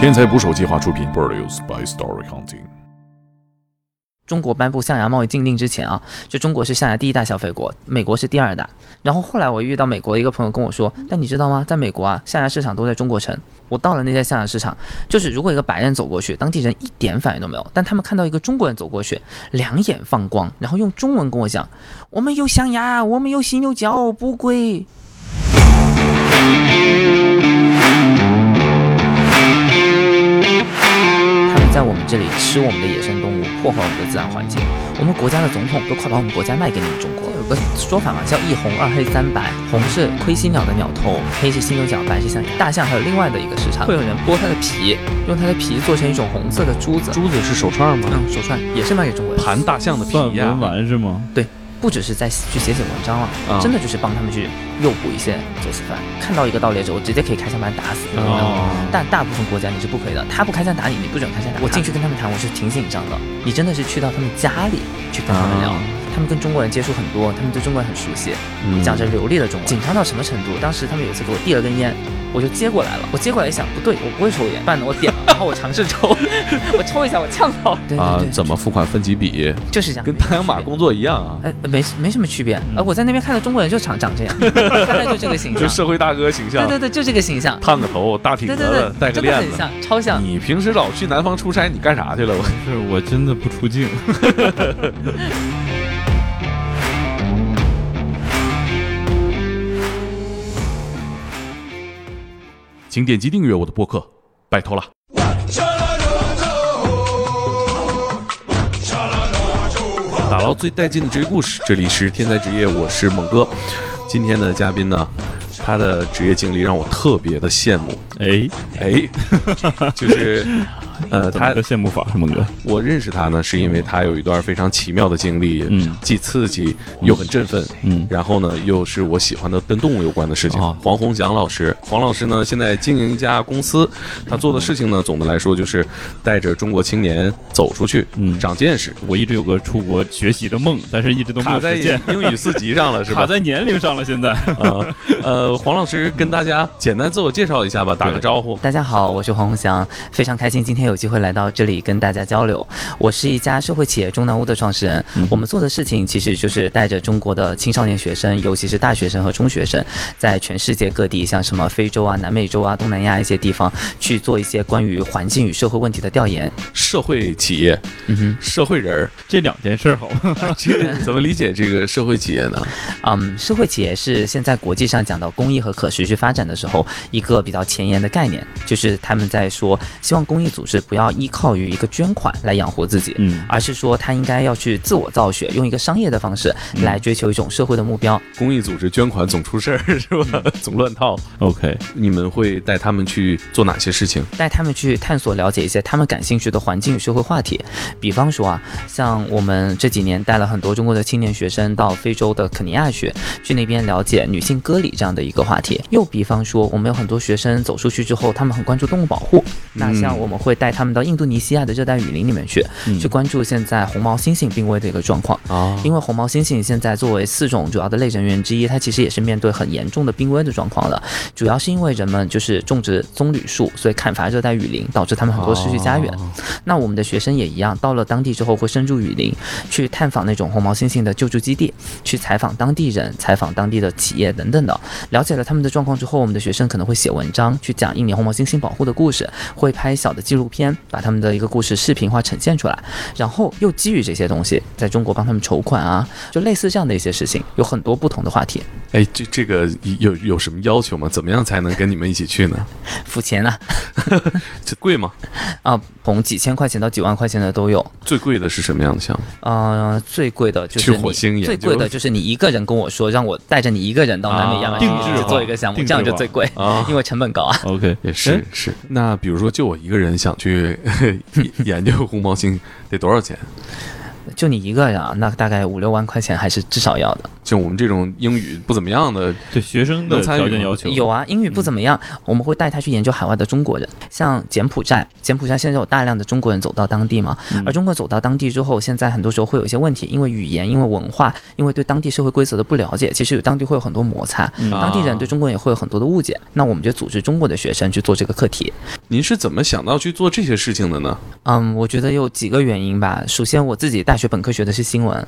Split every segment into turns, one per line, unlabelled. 天才捕手计划出品，Produced by Story Hunting。
中国颁布象牙贸易禁令之前啊，就中国是象牙第一大消费国，美国是第二大。然后后来我遇到美国的一个朋友跟我说，但你知道吗？在美国啊，象牙市场都在中国城。我到了那些象牙市场，就是如果一个白人走过去，当地人一点反应都没有，但他们看到一个中国人走过去，两眼放光，然后用中文跟我讲：“我们有象牙，我们有犀牛角，不贵。”他们在我们这里吃我们的野生动物，破坏我们的自然环境。我们国家的总统都快把我们国家卖给你们中国。有个说法嘛，叫一红二黑三白，红是盔犀鸟的鸟头，黑是犀牛角，白是象牙。大象还有另外的一个市场，会有人剥它的皮，用它的皮做成一种红色的珠子，
珠子是手串吗？
嗯，手串也是卖给中国人。
盘大象的
算
皮呀、
文玩是吗？
不只是在去写写文章了、
啊
真的就是帮他们去诱捕一些走私犯。看到一个盗猎者，我直接可以开枪把他打死。
哦
嗯但大部分国家你是不可以的，他不开枪打你，你不准开枪打他。我进去跟他们谈，我是挺紧张的。你真的是去到他们家里去跟他们聊。
啊
他们跟中国人接触很多，他们对中国人很熟悉，
嗯
讲着流利的中文，紧张到什么程度？当时他们有一次给我递了根烟，我就接过来了。我接过来一想，不对，我不会抽烟，算了，我点了，然后我尝试抽， 我抽一下，我呛到。对对
啊
对，，
怎么付款分几笔？
就是这样？
跟太阳马工作一样啊，
哎，没没什么区别。呃，我在那边看到中国人就长长这 样，大概就这个形
嗯就
象。
社会大哥形
对
象，
对对，就这个形象。
烫个头，大挺
对
格
对
子，戴
对，
个
真的
链
很
子。
像，超像。
你平时老去南方出差，你干啥去了？我
是我真的不出镜。
请点击订阅我的播客，拜托了。
打捞最带劲的职业故事，这里是天才职业，我是猛哥。今天的嘉宾呢，他的职业经历让我特别的羡慕。
哎，
哎，就是， 呃，
怎么
他
个羡慕法，猛哥？
我认识他呢，是因为他有一段非常奇妙的经历，
嗯
既刺激又很振奋，
嗯
然后呢，又是我喜欢的跟动物有关的事情。
哦
黄宏翔老师，黄老师呢，现在经营一家公司，他做的事情呢，总的来说就是带着中国青年走出去，
嗯
长见识。
我一直有个出国学习的梦，但是一直都没
卡
有
在
实现，
英语四级上了是
卡
吧？
在年龄上了。现在
呃呃，黄老师跟大家简单自我介绍一下吧，打个招呼。
大家好，我是黄宏翔，非常开心今天有机会来到这里跟大家交流。我是一家社会企业中南屋的创始人，
嗯
我们做的事情其实就是带着中国的青少年学生，尤其是大学生和中学生，在全世界各地，像什么非洲啊、南美洲啊、东南亚一些地方，去做一些关于环境与社会问题的调研。
社会企业，
嗯哼。
社会人 儿，
这两件事儿好吗？
这怎么理解这个社会企业呢？
嗯，社会企业是现在国际上讲到公益和可持续发展的时候，一个比较前沿的概念，就是他们在说，希望公益组织不要依靠于一个捐款来养活自己，
嗯
而是说他应该要去自我造血，用一个商业的方式来追求一种社会的目标。
公益组织捐款总出事儿 是吧？总乱套。
，OK，
你们会带他们去做哪些事情？
带他们去探索了解一些他们感兴趣的环境与社会话题。比方说啊，像我们这几年带了很多中国的青年学生到非洲的肯尼亚去，去那边了解女性割礼这样的一个话题。又比方说，我们有很多学生走出去之后，他们很关注动物保护。那像我们会带他们到印度尼西亚的热带雨林里面去，去关注现在红毛猩猩病危的一个状况。
啊
因为红毛猩猩现在作为四种主要的类人猿之一，它其实也是面对很严重的濒危的状况了。主要是因为人们就是种植棕榈树，所以砍伐热带雨林，导致他们很多失去家园。那我们的学生也一样，到了当地之后会深入雨林，去探访那种红毛猩猩的救助基地，去采访当地人、采访当地的企业等等的。了解了他们的状况之后，我们的学生可能会写文章，去讲印尼红毛猩猩保护的故事，会拍小的纪录片，把他们的一个故事视频化呈现出来。然后又基于这些东西，在中国帮他们筹款啊，就类似这样的一些事情，有很多不同的话题。
哎，这这个有有什么要求吗？怎么样才能跟你们一起去呢？
付钱啊，
这贵吗？
啊，从几千块钱到几万块钱的都有。
最贵的是什么样的项目？
呃，最贵的就是
去
你
火星研究
最贵的就是你一个人跟我说，让我带着你一个人到南美亚马逊
啊定制
去做一个项目，这样就最贵，
啊
因为成本高啊。
OK，
也是是。哎那 比如说，就我一个人想去研究红毛猩，得多少钱？
就你一个人啊，那大概五六万块钱还是至少要的。
像我们这种英语不怎么样的，
对学生的
能参与
条件
吗
要求
有啊，英语不怎么样，我们会带他去研究海外的中国人，像柬埔寨，柬埔寨现在有大量的中国人走到当地嘛，而中国走到当地之后，现在很多时候会有一些问题，因为语言，因为文化，因为对当地社会规则的不了解，其实有当地会有很多摩擦，当地人对中国人也会有很多的误解。那我们就组织中国的学生去做这个课题。
您是怎么想到去做这些事情的呢？
嗯，我觉得有几个原因吧。首先，我自己大学本科学的是新闻，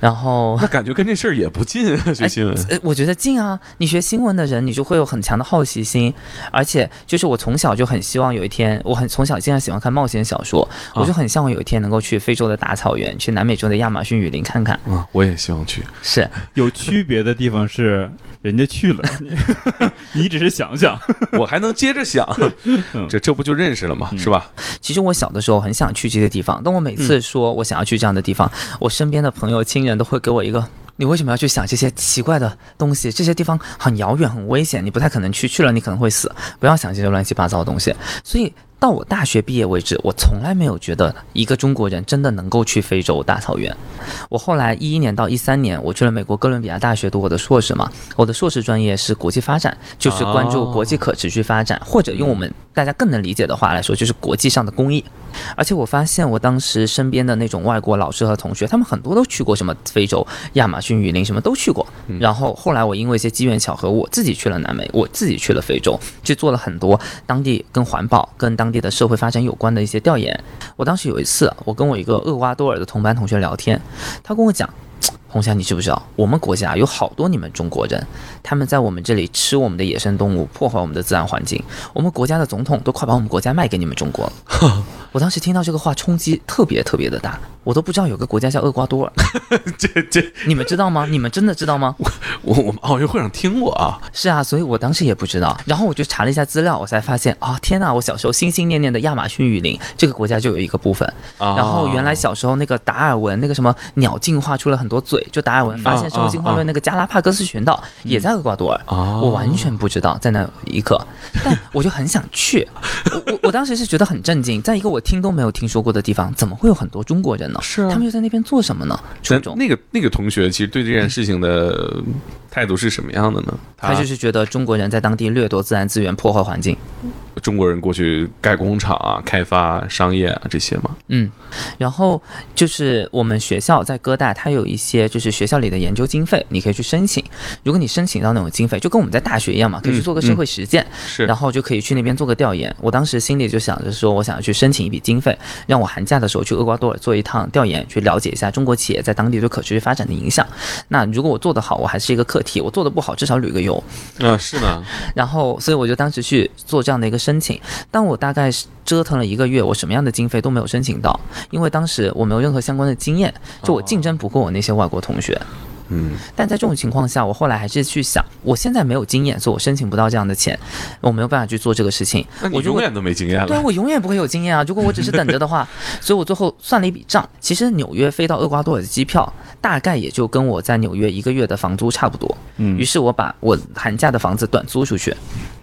然后
那感觉跟这事儿也不近 啊，学新闻。
呃，我觉得近啊，你学新闻的人，你就会有很强的好奇心，而且就是我从小就很希望有一天，我很从小经常喜欢看冒险小说，我就很向往有一天能够去非洲的大草原，去南美洲的亚马逊雨林看看。
啊，我也希望去。
是，
有区别的地方是人家去了，你你只是想想，
我还能接着 想，这这不就认识了吗？是吧？
其实我小的时候很想去这些地方，但我每次说我想要去这样的地方，我身边的朋友、亲人都会给我一个。你为什么要去想这些奇怪的东西？这些地方很遥远、很危险，你不太可能去，去了你可能会死。不要想这些乱七八糟的东西。所以到我大学毕业为止，我从来没有觉得一个中国人真的能够去非洲大草原。我后来一一年到一三年，我去了美国哥伦比亚大学读我的硕士嘛，我的硕士专业是国际发展，就是关注国际可持续发展，或者用我们大家更能理解的话来说，就是国际上的公益。而且我发现我当时身边的那种外国老师和同学，他们很多都去过什么非洲、亚马逊雨林，什么都去过。然后后来我因为一些机缘巧合，我自己去了南美，我自己去了非洲，去做了很多当地跟环保、跟当地的社会发展有关的一些调研。我当时有一次，我跟我一个厄瓜多尔的同班同学聊天，他跟我讲。红霞，你知不知道，我们国家有好多你们中国人，他们在我们这里吃我们的野生动物，破坏我们的自然环境。我们国家的总统都快把我们国家卖给你们中 国了。我当时听到这个话冲击特别特别的大，我都不知道有个国家叫厄瓜多尔，
这这，
你们知道吗？你们真的知道吗？
我我们奥运会上听过啊，
是啊，所以我当时也不知道。然后我就查了一下资料，我才发现啊，天呐，我小时候心心念念的亚马逊雨林这个国家就有一个部分。
啊
然后原来小时候那个达尔文那个什么鸟进化出了很多嘴，就达尔
嗯
文发现生物进化论那个加拉帕戈斯群岛也在厄瓜多尔，
哦
我完全不知道在那一刻，但我就很想 去。我我我当时是觉得很震惊，在一个我听都没有听说过的地方，怎么会有很多中国人呢？
是啊
他们又在那边做什么呢？初
咱
中。嗯
那个那个同学其实对这件事情的态度是什么样的呢？
他就是觉得中国人在当地掠夺自然资源，破坏环境。
中国人过去盖工厂啊、开发商业啊这些嘛。
嗯，然后就是我们学校在哥大，它有一些就是学校里的研究经费，你可以去申请。如果你申请到那种经费，就跟我们在大学一样嘛，可以去做个社会实践，
是
然后就可以去那边做个调研。我当时心里就想着说，我想要去申请一笔经费，让我寒假的时候去厄瓜多尔做一趟调研，去了解一下中国企业在当地对可持续发展的影响。那如果我做得好，我还是一个课题；我做得不好，至少旅个游。
啊，是呢，
然后，所以我就当时去做这样的一个申请，但我大概是折腾了一个月，我什么样的经费都没有申请到，因为当时我没有任何相关的经验，就我竞争不过我那些外国同学。
嗯，
但在这种情况下，我后来还是去想，我现在没有经验，所以我申请不到这样的钱，我没有办法去做这个事情。
那你
我如
永
果
远都没经验
对啊，
了。
我永远不会有经验啊！如果我只是等着的话，所以我最后算了一笔账，其实纽约飞到厄瓜多尔的机票大概也就跟我在纽约一个月的房租差不多。
嗯
于是我把我寒假的房子短租出去，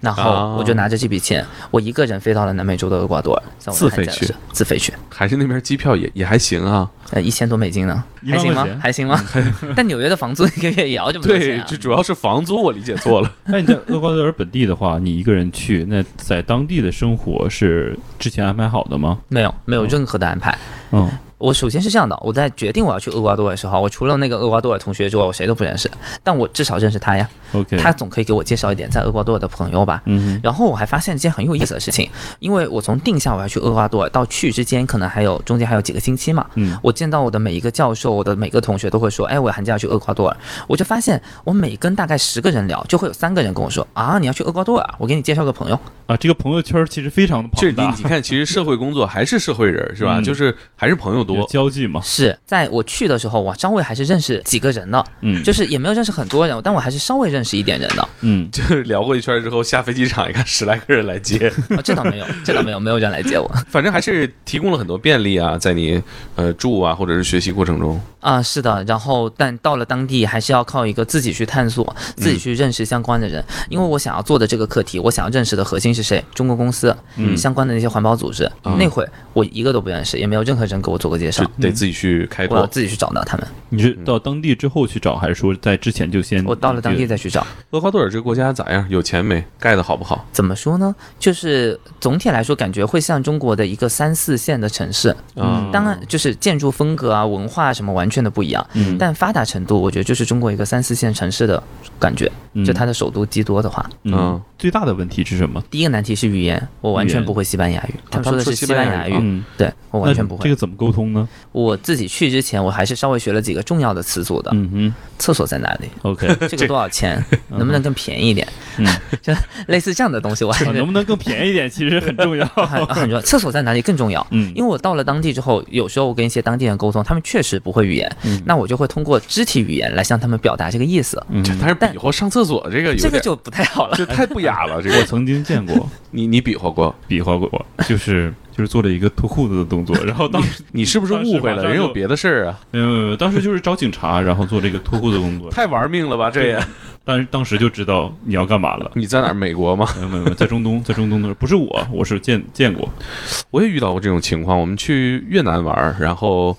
然后
哦
我就拿着这笔钱，我一个人飞到了南美洲的厄瓜多尔，在我的
自
寒
费
假的
去
时候，自费去，
还是那边机票也也还行啊。
呃，一千多美金呢，
一
还
万
行吗
块？钱
还行吗？ 但纽约的房租一个月也要这么多钱、
对
啊，。
这主要是房租，我理解错 了。
那你在厄瓜多尔本地的话，你一个人去，那在当地的生活是之前安排好的吗？
没有，没有任何的安排。
嗯，
我首先是这样的，我在决定我要去厄瓜多尔的时候，我除了那个厄瓜多尔同学之外，我谁都不认识，但我至少认识他呀，
OK，
他总可以给我介绍一点在厄瓜多尔的朋友吧。
嗯
然后我还发现一件很有意思的事情，因为我从定下我要去厄瓜多尔到去之间，可能还有中间还有几个星期嘛。
嗯
我见到我的每一个教授，我的每个同学都会说，哎，我寒假要去厄瓜多尔。我就发现我每跟大概十个人聊，就会有三个人跟我说啊，你要去厄瓜多尔，我给你介绍个朋友。
啊，这个朋友圈其实非常的
这
庞
你
大，
你看，其实社会工作还是社会人是吧？
嗯
就是还是朋友
有
多。
交际嘛，
是在我去的时候，我稍微还是认识几个人的，
嗯
就是也没有认识很多人，但我还是稍微认识一点人的。
嗯，
就是聊过一圈之后，下飞机场一看十来个人来 接，
啊，这倒没有，这倒没有，没有人来接我。
反正还是提供了很多便利啊，在你呃住啊或者是学习过程中。
啊、是的，然后但到了当地还是要靠一个自己去探索，自己
嗯
去认识相关的人，因为我想要做的这个课题，我想要认识的核心是
啊
谁？中国公司，嗯，相关的那些环保组织，那会我一个都不认识，也没有任何人给我做过介
就
绍，
得自己去开
我要
拓。
自己去找到他们。
你是到当地之后去找，还是说在之前就先？
我到了当地再去找。
厄瓜多尔这个国家咋样？有钱没？盖的好不好？
怎么说呢？就是总体来说，感觉会像中国的一个三四线的城市。
哦
嗯
当然，就是建筑风格啊、文化什么完全的不一样。
嗯
但发达程度，我觉得就是中国一个三四线城市的感觉。
嗯
就它的首都基多的话，
嗯
嗯，
最大的问题是什么？
第一个难题是语言，我完
语
全
言
不会西班牙语。他们
他
说
们
的
说
是
西
西
班
班
牙
牙
语
语，
嗯，
对我完全不
那这
会
个。怎么沟通呢？
我自己去之前，我还是稍微学了几个重要的词组的。
嗯
厕所在哪里？
哼，OK，
这个多少钱？能不能更便宜一点？
嗯，
就类似这样的东西，我还
啊
是
能不能更便宜一点？其实很重要。
很很重要。厕所在哪里更重要？
嗯
因为我到了当地之后，有时候我跟一些当地人沟通，他们确实不会语言，那我就会通过肢体语言来向他们表达这个意思。
这嗯但是比划上厕所这个有
这
点，
个就不太好了。
这太不雅了。这
我
个
曾经见 过，
你你比划过？
比划过，就是就是做了一个脱裤子的动 作，然后当时
你是不是误会
当时马
了？
上
人有
就
别的事儿 啊，
没有没有没有，当时就是找警察，然后做这个脱裤子的动 作，
太玩命了吧？这也
但是当时就知道你要干嘛了。
你在哪儿？美国吗？
没有没有，没有在中东，在中东的时候不是我，我是见见过，
我也遇到过这种情况。我们去越南玩儿，然后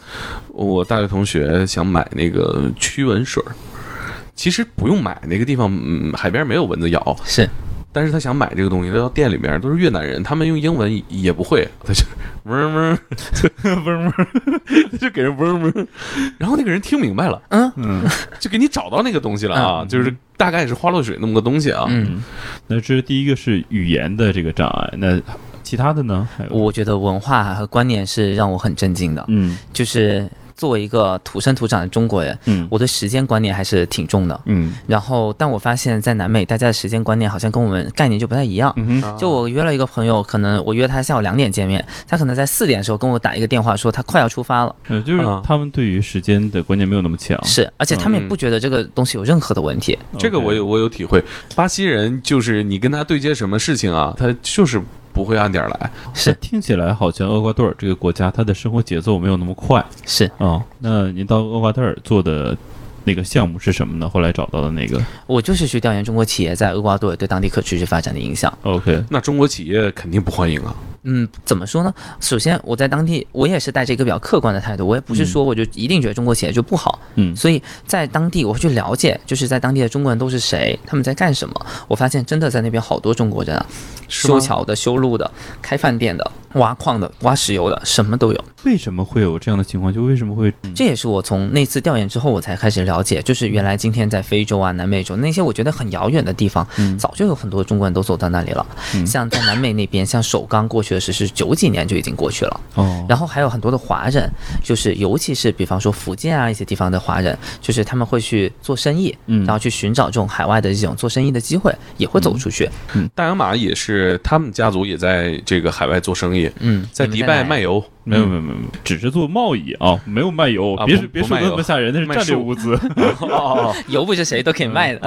我大学同学想买那个驱蚊水儿，其实不用买，那个地方、嗯、海边没有蚊子咬，
是
但是他想买这个东西，他到店里面都是越南人，他们用英文也不会， 他就嗡嗡
嗡嗡，
他 就给人嗡嗡，然后那个人听明白了，嗯
嗯，
就给你找到那个东西了啊，就是大概是花露水那么个东西啊，
嗯
那这第一个是语言的这个障碍，那其他的呢？还有
我觉得文化和观念是让我很震惊的，
嗯
就是作为一个土生土长的中国人，
嗯
我对时间观念还是挺重的。
嗯
然后，但我发现，在南美，大家的时间观念好像跟我们概念就不太一样。
嗯哼
就我约了一个朋友，可能我约他下午两点见面，他可能在四点的时候跟我打一个电话，说他快要出发了。
呃，就是
啊
他们对于时间的观念没有那么强，
是，而且
嗯
他们也不觉得这个东西有任何的问题。
这个我有我有体会。巴西人就是你跟他对接什么事情啊，他就是不会按点儿来。
是听起来好像厄瓜多尔这个国家，它的生活节奏没有那么快啊、
是
哦。那您到厄瓜多尔做的那个项目是什么呢？后来找到的那个
我就是去调研中国企业在厄瓜多尔对当地可持续发展的影响。
，OK，
那中国企业肯定不欢迎啊。
嗯，怎么说呢？首先，我在当地，我也是带着一个比较客观的态度，我也不
嗯
是说我就一定觉得中国企业就不好。
嗯
所以在当地，我会去了解，就是在当地的中国人都是谁，他们在干什么。我发现真的在那边好多中国人啊，
是吗
修桥的、修路的、开饭店的、挖矿的、挖石油的，什么都
嗯
有。
为什么会有这样的情况？就为什么会嗯
这也是我从那次调研之后，我才开始了解，就是原来今天在非洲啊、南美洲那些我觉得很遥远的地方，
嗯
早就有很多中国人都走到那里了。像在南美那边，像首钢过去的时是九几年就已经过去了，
哦，
然后还有很多的华人，就是尤其是比方说福建啊一些地方的华人，就是他们会去做生意，
嗯
然后去寻找这种海外的这种做生意的机会，也会走出去。
大洋马也是，他们家族也在这个海外做生意，
嗯，
在
你们
迪
哪
拜
里
卖油。
没有没有没有，没有只是做贸易啊、没有卖油，
啊
别
不
是别
不
说
卖
的那
油
么吓人，那是
卖
战略
树
物资。
哦，
油不是谁都可以卖的。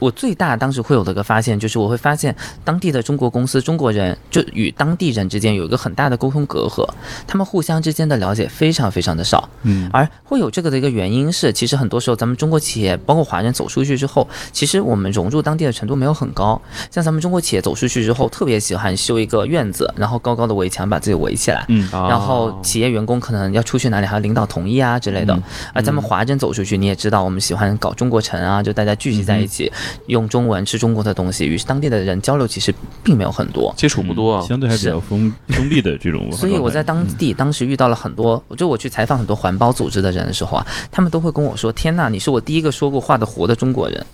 我最大当时会有的一个发现就是，我会发现当地的中国公司中国人就与当地人之间有一个很大的沟通隔阂，他们互相之间的了解非常非常的少。
嗯，
而会有这个的一个原因是，其实很多时候咱们中国企业，包括华人走出去之后，其实我们融入当地的程度没有很高。像咱们中国企业走出去之后，特别喜欢修一个院子，然后高高的围墙把自己围起来。
嗯
啊
然后企业员工可能要出去哪里，还要领导同意啊之类的。
嗯
而咱们华人走出去，你也知道，我们喜欢搞中国城啊，就大家聚集
嗯
在一起，用中文吃中国的东西，于是当地的人交流其实并没有很多。
接触不多
嗯
啊。
相对还比较封封闭的这嗯种文化状态。
所以我在当地当时遇到了很多，就我去采访很多环保组织的人的时候啊，他们都会跟我说：“天呐，你是我第一个说过话的活的中国人。”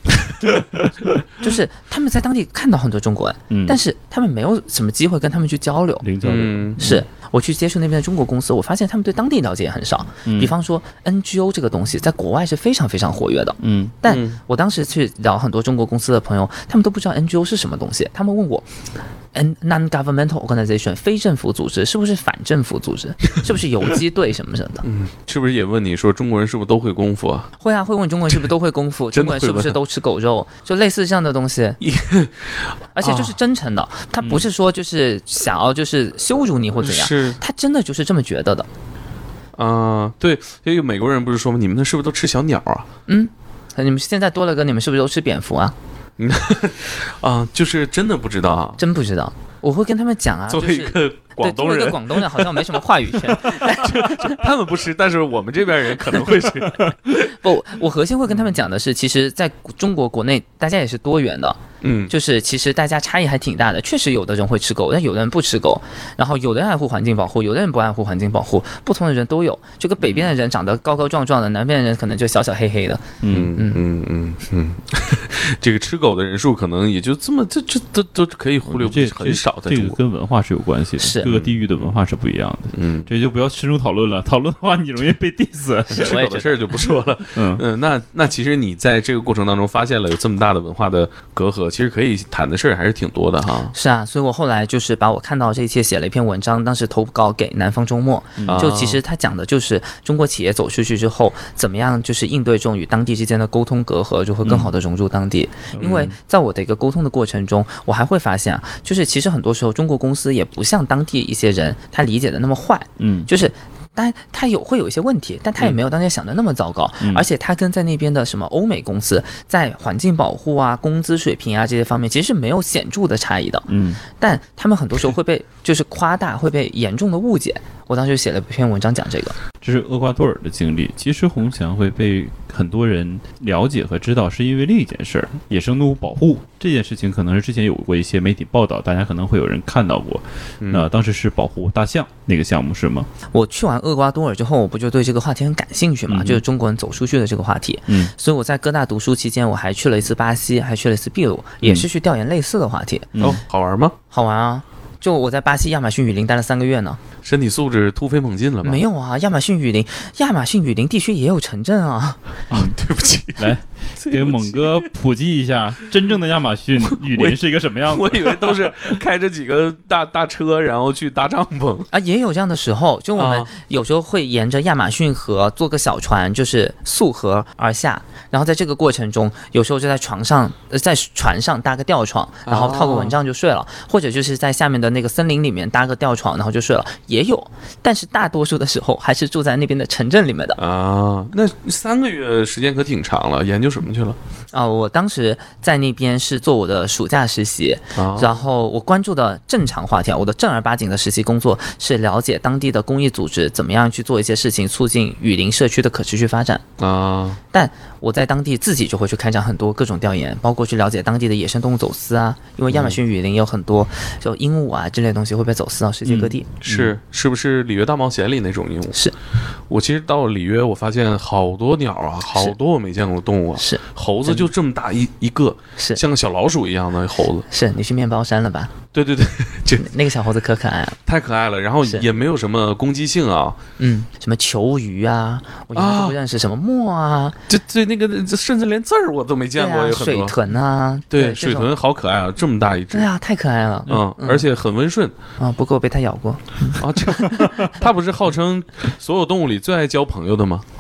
就是他们在当地看到很多中国人，
嗯
但是他们没有什么机会跟他们去交流。
零交流，
嗯，
是我去接触那边的中国公司，我发现他们对当地了解也很少。
嗯
比方说 NGO 这个东西，在国外是非常非常活跃的。
嗯
但我当时去找很多中国公司的朋友，他们都不知道 NGO 是什么东西，他们问我。N non-governmental organization 非政府组织是不是反政府组 织？是不是游击队什么什么的？
是不是也问你说中国人是不是都会功夫啊？
会啊，会问中国人是不是都会功夫，
真
中
的
国
会
人是不是
问
都吃狗肉，就类似这样的东 西。而且就是真诚的，他不是说就是想要就是羞辱你或怎样，
啊是
他真的就是这么觉得的。
啊，对，这个美国人不是说吗？你们那是不是都吃小鸟啊？
哎你们现在多了个，你们是不是都吃蝙蝠啊？
啊，就是真的不知道啊。
真不知道，我会跟他们讲啊，
作
就
为一
是
个
对，
广东
作为一个
人，
广东人好像没什么话语 权。
他们不吃，但是我们这边人可能 会吃。
不，我核心会跟他们讲的是，其实在中国国内大家也是多元的，
嗯，
就是其实大家差异还挺大的。确实，有的人会吃狗，但有的人不吃狗，然后有的人爱护环境保护，有的人不爱护环境保护，不同的人都有。这个北边的人长得高高壮壮的，南边的人可能就小小黑黑的。
嗯，
嗯嗯嗯嗯， 这个吃狗的人数可能也就这么，这这这都可以忽略，
这
很少在
这这
中
个
国。
跟文化是有关系的，
是
各个地域的文化是不一样的，
嗯，
这就不要深入讨论了，讨论的话你容易 被 diss。
吃
我也
狗
觉
的
得
事儿就不说了。
嗯，
嗯，那那其实你在这个过程当中发现了有这么大的文化的隔阂，其实可以谈的事儿还是挺多的哈。
是啊，所以我后来就是把我看到这一切写了一篇文章，当时投稿给南方周末。就其实他讲的就是中国企业走出去之后，怎么样就是应对这种与当地之间的沟通隔阂，如何更好的融入当地。因为在我的一个沟通的过程中，我还会发现啊，就是其实很多时候中国公司也不像当地一些人他理解的那么坏，
嗯，
就是。当然，他有会有一些问题，但他也没有当年想的那么糟糕。而且他跟在那边的什么欧美公司，在环境保护啊、工资水平啊这些方面，其实是没有显著的差异的。
嗯，
但他们很多时候会被就是夸大，会被严重的误解。我当时写了一篇文章讲这个，
这是厄瓜多尔的经历。其实红翔会被很多人了解和知道，是因为另一件事儿——野生动物保护这件事情，可能是之前有过一些媒体报道，大家可能会有人看到过。
嗯
那当时是保护大象那个项目是吗？
我去完厄瓜多尔之后，我不就对这个话题很感兴趣嘛，
嗯
就是中国人走出去的这个话题。
嗯，
所以我在哥大读书期间，我还去了一次巴西，还去了一次秘鲁，也是去调研类似的话题，
嗯
哦，好玩吗？
好玩啊！就我在巴西亚马逊雨林待了三个月呢，
身体素质突飞猛进了吗？
没有啊，亚马逊雨林，亚马逊雨林地区也有城镇啊，
对不起，
来给猛哥普及一下，真正的亚马逊雨林是一个什么样 子？
我以为都是开着几个大大车，然后去搭帐篷。
啊，也有这样的时候，就我们
啊
有时候会沿着亚马逊河坐个小船，就是溯河而下，然后在这个过程中，有时候就在床上，呃，在船上搭个吊床，然后套个蚊帐就睡了，或者就是在下面的那个森林里面搭个吊床，然后就睡了，也有，但是大多数的时候还是住在那边的城镇里面的。
啊，那三个月时间可挺长了，研究什么去了？
啊、我当时在那边是做我的暑假实习，
啊
然后我关注的正常话题啊，我的正儿八经的实习工作是了解当地的公益组织怎么样去做一些事情，促进雨林社区的可持续发展。
啊，
但我在当地自己就会去开展很多各种调研，包括去了解当地的野生动物走私啊，因为亚马逊雨林有很多就鹦鹉啊之类的东西会被走私到世界各地。
是是不是《里约大冒险》里那种鹦鹉？
是
我其实到里约，我发现好多鸟啊，好多我没见过的动物啊。
是
猴子就这么大一一个，
是
像个小老鼠一样的猴子。
是，你去面包山了吧？
对对对， 这
那个小猴子可可爱啊了，
太可爱了。然后
是
也没有什么攻击性啊，
嗯，什么球鱼啊，我原来都不
啊
认识，什么墨啊，
这这那个，这甚至连字儿我都没见过，
对
有
啊，
很多
水。豚啊，
对，
这
水
种
豚好可爱啊，这么大一只
对。啊，太可爱了，
嗯，而且很温顺
啊，不过我被它咬过，
啊，这它不是号称所有动物里最爱交朋友的吗？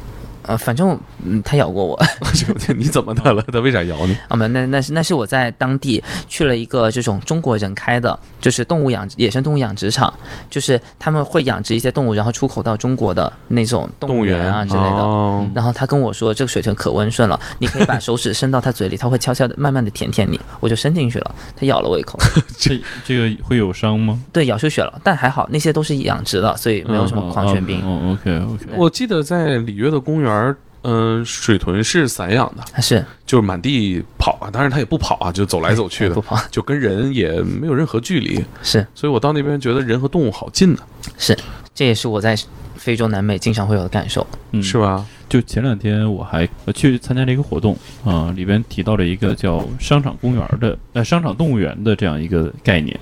呃，反正嗯，它咬过我，
这你怎么的了？它为啥咬你？
啊，没有，那那是那是我在当地去了一个这种中国人开的，就是动物养野生动物养殖场，就是他们会养殖一些动物，然后出口到中国的那种动
动
物
物园
园啊之类的。
哦
然后他跟我说，这个水豚可温顺了，你可以把手指伸到它嘴里，它会悄悄的、慢慢的舔舔你。我就伸进去了，它咬了我一口，
这这个会有伤吗？
对，咬出血了，但还好那些都是养殖的，所以没有什么狂犬病。
哦，OK OK，
我记得在里约的公园儿，嗯、水豚是散养的，
还是
就是满地跑啊，当然它也不跑啊，就走来走去
不
的，
跑，
就跟人也没有任何距离。
是
所以我到那边觉得人和动物好近呢、
是，这也是我在非洲、南美经常会有的感受。
嗯
是吧？
就前两天我还呃去参加了一个活动啊、里边提到了一个叫商场公园儿的呃商场动物园的这样一个概念，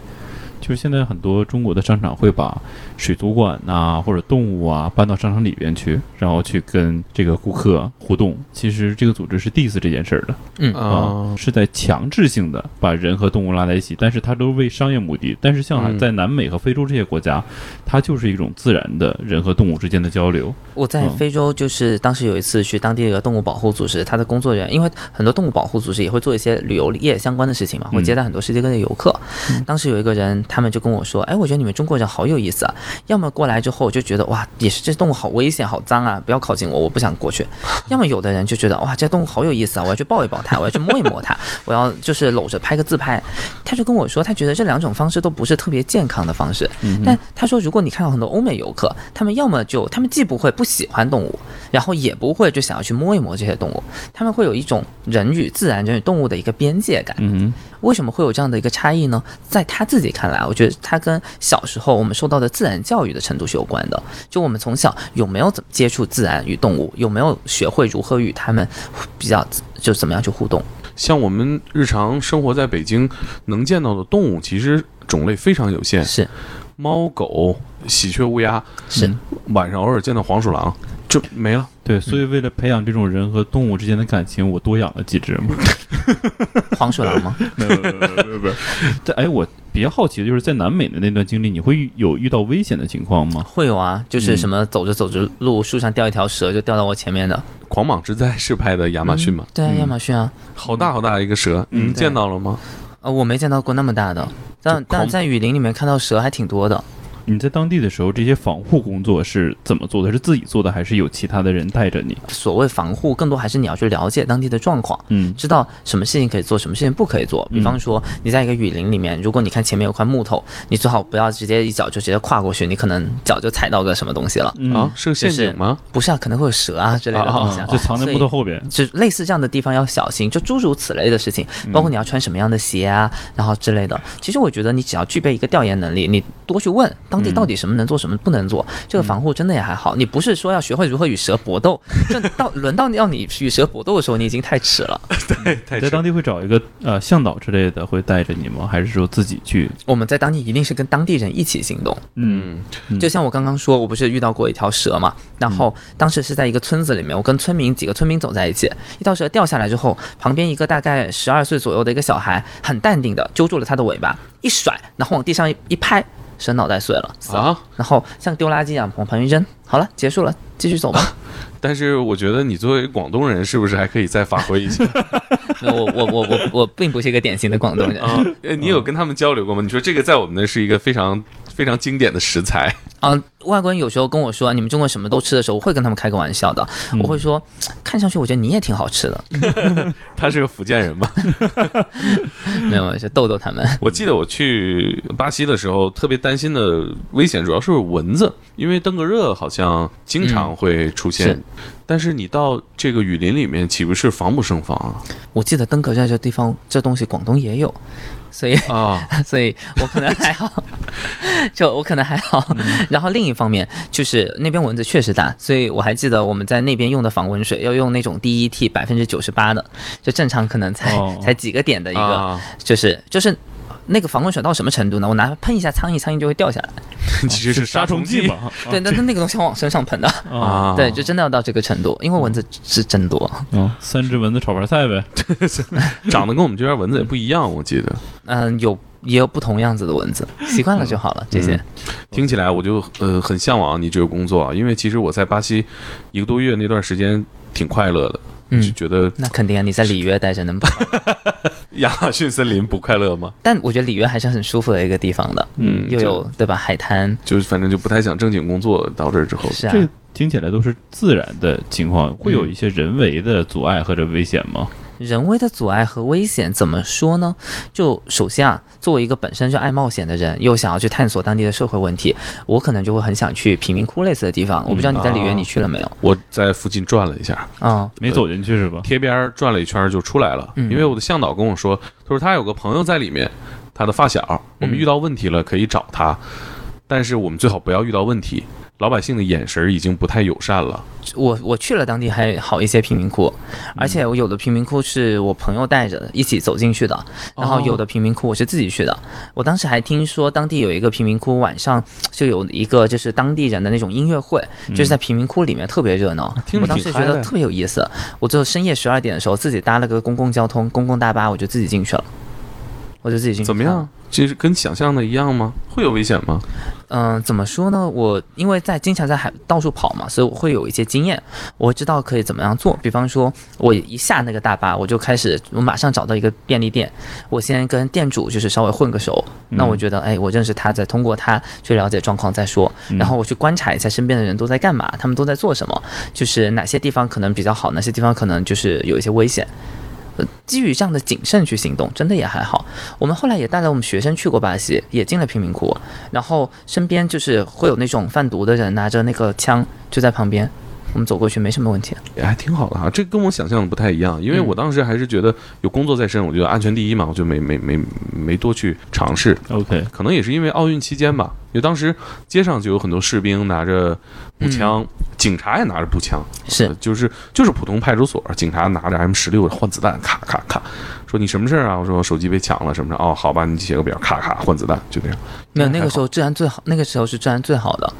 就是现在很多中国的商场会把水族馆呐、或者动物啊搬到商场里边去，然后去跟这个顾客互动。其实这个组织是 diss 这件事儿的
嗯
啊、
啊、是在强制性的把人和动物拉在一起，但是它都是为商业目的。但是像
嗯
在南美和非洲这些国家，它就是一种自然的人和动物之间的交流。
我在
嗯
非洲就是当时有一次去当地的一个动物保护组织，他的工作人员，因为很多动物保护组织也会做一些旅游业相关的事情嘛，会接待很多世界各地的游客。当时有一个人，他他们就跟我说，哎，我觉得你们中国人好有意思啊，要么过来之后就觉得哇，也是这动物好危险、好脏啊，不要靠近我，我不想过去；要么有的人就觉得哇，这动物好有意思啊，我要去抱一抱它，我要去摸一摸它，我要就是搂着拍个自拍。他就跟我说，他觉得这两种方式都不是特别健康的方式。但他说，如果你看到很多欧美游客，他们要么就他们既不会不喜欢动物，然后也不会就想要去摸一摸这些动物，他们会有一种人与自然、人与动物的一个边界感。
嗯
为什么会有这样的一个差异呢？在他自己看来，我觉得他跟小时候我们受到的自然教育的程度是有关的。就我们从小有没有怎么接触自然与动物，有没有学会如何与他们比较，就怎么样去互动？
像我们日常生活在北京能见到的动物，其实种类非常有限，
是
猫狗、喜鹊、乌鸦，
是，
晚上偶尔见到黄鼠狼，就没了。
哼，对，所以为了培养这种人和动物之间的感情，我多养了几只嘛。
黄鼠狼吗？
没有没有没有没有没有。这哎，我比较好奇的就是在南美的那段经历，你会有遇到危险的情况吗？
会有啊，就是什么走着走着路树上掉一条蛇就掉到我前面的，
狂蟒之灾是拍的亚马逊吗？
对啊，亚马逊啊，
嗯好大好大一个蛇，你们见到了吗？
呃，我没见到过那么大的，但但在雨林里面看到蛇还挺多的。
你在当地的时候，这些防护工作是怎么做的？是自己做的，还是有其他的人带着你？
所谓防护，更多还是你要去了解当地的状况。
嗯
知道什么事情可以做，什么事情不可以做。比方说，你在一个雨林里面，如果你看前面有块木头，你最好不要直接一脚就直接跨过去，你可能脚就踩到个什么东西了。
嗯
啊，是个陷
就是
阱吗？
不是啊，可能会有蛇啊之类的东西、
就藏在木头后边。
就类似这样的地方要小心，就诸如此类的事情，包括你要穿什么样的鞋啊，然后之类的。其实我觉得你只要具备一个调研能力，你多去问当地到底什么能做，什么不能做，这个防护真的也还好。你不是说要学会如何与蛇搏斗，这到轮到要你与蛇搏斗的时候，你已经太迟了。
太
在当地会找一个呃向导之类的，会带着你吗？还是说自己去？
我们在当地一定是跟当地人一起行动，
嗯
就像我刚刚说，我不是遇到过一条蛇嘛，然后当时是在一个村子里面，我跟村民几个村民走在一起，一条蛇掉下来之后，旁边一个大概十二岁左右的一个小孩，很淡定的揪住了它的尾巴，一甩，然后往地上一一拍，蛇脑袋碎了，死了，
啊！
然后像丢垃圾一样往旁边扔，好了，结束了，继续走 吧。
但是我觉得你作为广东人，是不是还可以再发挥 一下
没有我我我我我并不是一个典型的广东人
啊？呃你有跟他们交流过吗？你说这个在我们那是一个非常非常经典的食材，
啊，外国人有时候跟我说你们中国什么都吃的时候，我会跟他们开个玩笑的，我会说，看上去我觉得你也挺好 吃的，
他是个福建 人吧？
没有，就逗逗他们。
我记得我去巴西的时候，特别担心的危险主要是蚊子，因为登革热好像经常会出现。
是
但是你到这个雨林里面，岂不是防不胜防啊？
我记得登革热这地方这东西广东也有，所以
啊，
所以我可能还好， 就我可能还好。
嗯
然后另一方面就是那边蚊子确实大，所以我还记得我们在那边用的防蚊水要用那种 DET 百分之九十八的，就正常可能才、
哦
才几个点的一个，
啊
就是就是。那个防蚊水到什么程度呢？我拿喷一下苍蝇，苍蝇就会掉下来。
其实是杀虫 剂
吧？
对，但是那个东西要往身上喷的。
啊，
哦 啊，
对，就真的要到这个程度，因为蚊子是真多。
嗯，三只蚊子炒盘菜呗。
长得跟我们这边蚊子也不一样，我记得。
嗯，有也有不同样子的蚊子，习惯了就好了。这些，
听起来我就呃很向往你这个工作啊，因为其实我在巴西一个多月那段时间挺快乐的，
嗯
就觉得
那肯定啊，你在里约待着能不？
亚马逊森林不快乐吗？
但我觉得里约还是很舒服的一个地方的，
嗯
又有对吧？海滩
就反正就不太想正经工作，到这儿之后，
是啊，
这听起来都是自然的情况，
嗯
会有一些人为的阻碍或者危险吗？
人为的阻碍和危险怎么说呢？就首先啊，作为一个本身就爱冒险的人，又想要去探索当地的社会问题，我可能就会很想去贫民窟类似的地方。我不知道你在里约
啊
你去了没有？
我在附近转了一下，
嗯，
没走进去是吧？
贴边儿转了一圈儿就出来了，
嗯
因为我的向导跟我说，他说他有个朋友在里面，他的发小，
嗯
我们遇到问题了可以找他，但是我们最好不要遇到问题。老百姓的眼神儿已经不太友善了，
我我去了当地还好一些贫民窟，而
嗯
且我有的贫民窟是我朋友带着的一起走进去的，然后
哦
有的贫民窟我是自己去的。我当时还听说当地有一个贫民窟晚上就有一个就是当地人的那种音乐会，就是在贫民窟里面特别热闹。
嗯啊听
我
着
当
挺
时觉
嗨的
得特别有意思，我就深夜十二点的时候自己搭了个公共交通公共大巴，我就自己进去了。我就自己进去
怎么
看
样？这是跟想象的一样吗？会有危险吗？
嗯、怎么说呢？我因为在经常在海到处跑嘛，所以我会有一些经验，我知道可以怎么样做。比方说，我一下那个大巴，我就开始，我马上找到一个便利店，我先跟店主就是稍微混个熟。那我觉得，哎，我认识他，再通过他去了解状况再说。然后我去观察一下身边的人都在干嘛，他们都在做什么，就是哪些地方可能比较好，哪些地方可能就是有一些危险。呃基于这样的谨慎去行动，真的也还好。我们后来也带了我们学生去过巴西，也进了贫民窟，然后身边就是会有那种贩毒的人拿着那个枪就在旁边，我们走过去没什么问题。
也还挺好的啊哈，这跟我想象的不太一样，因为我当时还是觉得有工作在身，我觉得安全第一嘛，我就没没没没多去尝试。
OK，
可能也是因为奥运期间吧，因为当时街上就有很多士兵拿着步枪，警察也拿着步枪，
是
呃，就是就是普通派出所警察拿着 M 十六换子弹，咔咔咔，说你什么事儿啊？我说我手机被抢了什么的，哦，好吧，你写个表，咔咔换子弹，就这样。
没有
那还
那个时候治安最好，那个时候是治安最好的。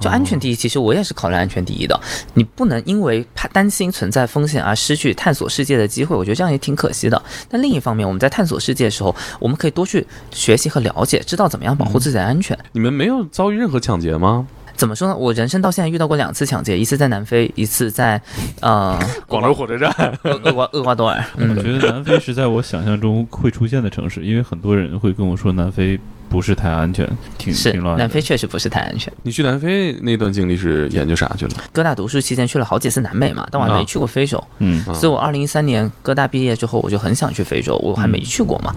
就安全第一，其实我也是考虑安全第一的。你不能因为怕担心存在风险而失去探索世界的机会，我觉得这样也挺可惜的。但另一方面，我们在探索世界的时候，我们可以多去学习和了解，知道怎么样保护自己的安全。
你们没有遭遇任何抢劫吗？
怎么说呢？我人生到现在遇到过两次抢劫，一次在南非，一次在呃
广州火车站，
厄厄瓜厄瓜多尔。
我
嗯，
觉得南非是在我想象中会出现的城市，因为很多人会跟我说南非不是太安全，挺
是
挺乱的。
南非确实不是太安全。
你去南非那段经历是研究啥去了？
哥大读书期间去了好几次南美嘛，但我还
啊
没去过非洲。
嗯
啊
所以我二零一三年哥大毕业之后，我就很想去非洲，我还没
嗯
去过嘛。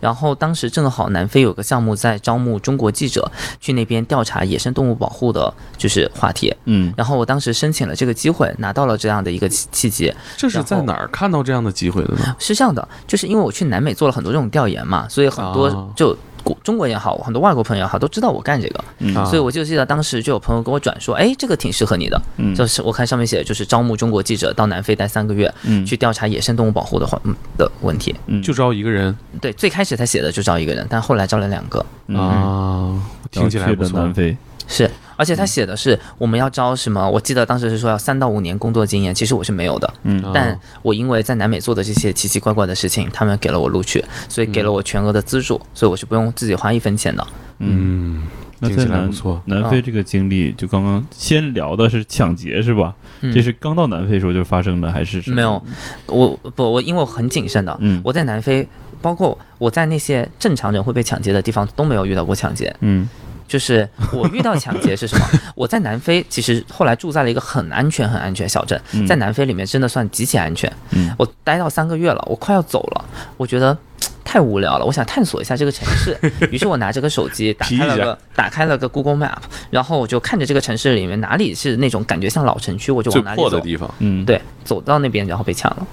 然后当时正好南非有个项目在招募中国记者去那边调查野生动物保护的，就是话题。
嗯，
然后我当时申请了这个机会，拿到了这样的一个契契机。
这是在
然后
哪儿看到这样的机会的
嗯
呢？
是这样的，就是因为我去南美做了很多这种调研嘛，所以很
啊
多就国。中国也好，很多外国朋友也好，都知道我干这个，
嗯
啊
所以我就记得当时就有朋友给我转说，哎，这个挺适合你的，
嗯
就是我看上面写的就是招募中国记者到南非待三个月，
嗯
去调查野生动物保护的话嗯的问题。
嗯
就招一个人
对，最开始他写的就招一个人，但后来招了两个，
嗯
啊，听起来
然后
不
去了
错啊
南。非，
是，而且他
嗯
写的是我们要招什么？我记得当时是说要三到五年工作经验，其实我是没有的，
嗯哦
啊
但我因为在南美做的这些奇奇怪怪的事情，他们给了我录取，所以给了我全额的资
嗯
助，所以我是不用自己花一分钱的。
嗯，
那
听
在
起来
南
不错。
南非这个经历，就刚刚先聊的是抢劫是吧？
嗯
这是刚到南非时候就发生的，还是什么
没有？，我不，我因为我很谨慎的，
嗯
我在南非，包括我在那些正常人会被抢劫的地方都没有遇到过抢劫，
嗯
就是我遇到抢劫是什么？ 我在南非其实后来住在了一个很安全、很安全小镇，
嗯
在南非里面真的算极其安全。
嗯
我待到三个月了，我快要走了，我觉得。嘖太无聊了，我想探索一下这个城市。 于是我拿着个手机，打开了
皮一
个打开了个 Google Map，然后我就看着这个城市里面哪里是那种感觉像老城区，我就
最
往哪里
破的
走。
地方，
嗯，
对，走到那边然后被抢了。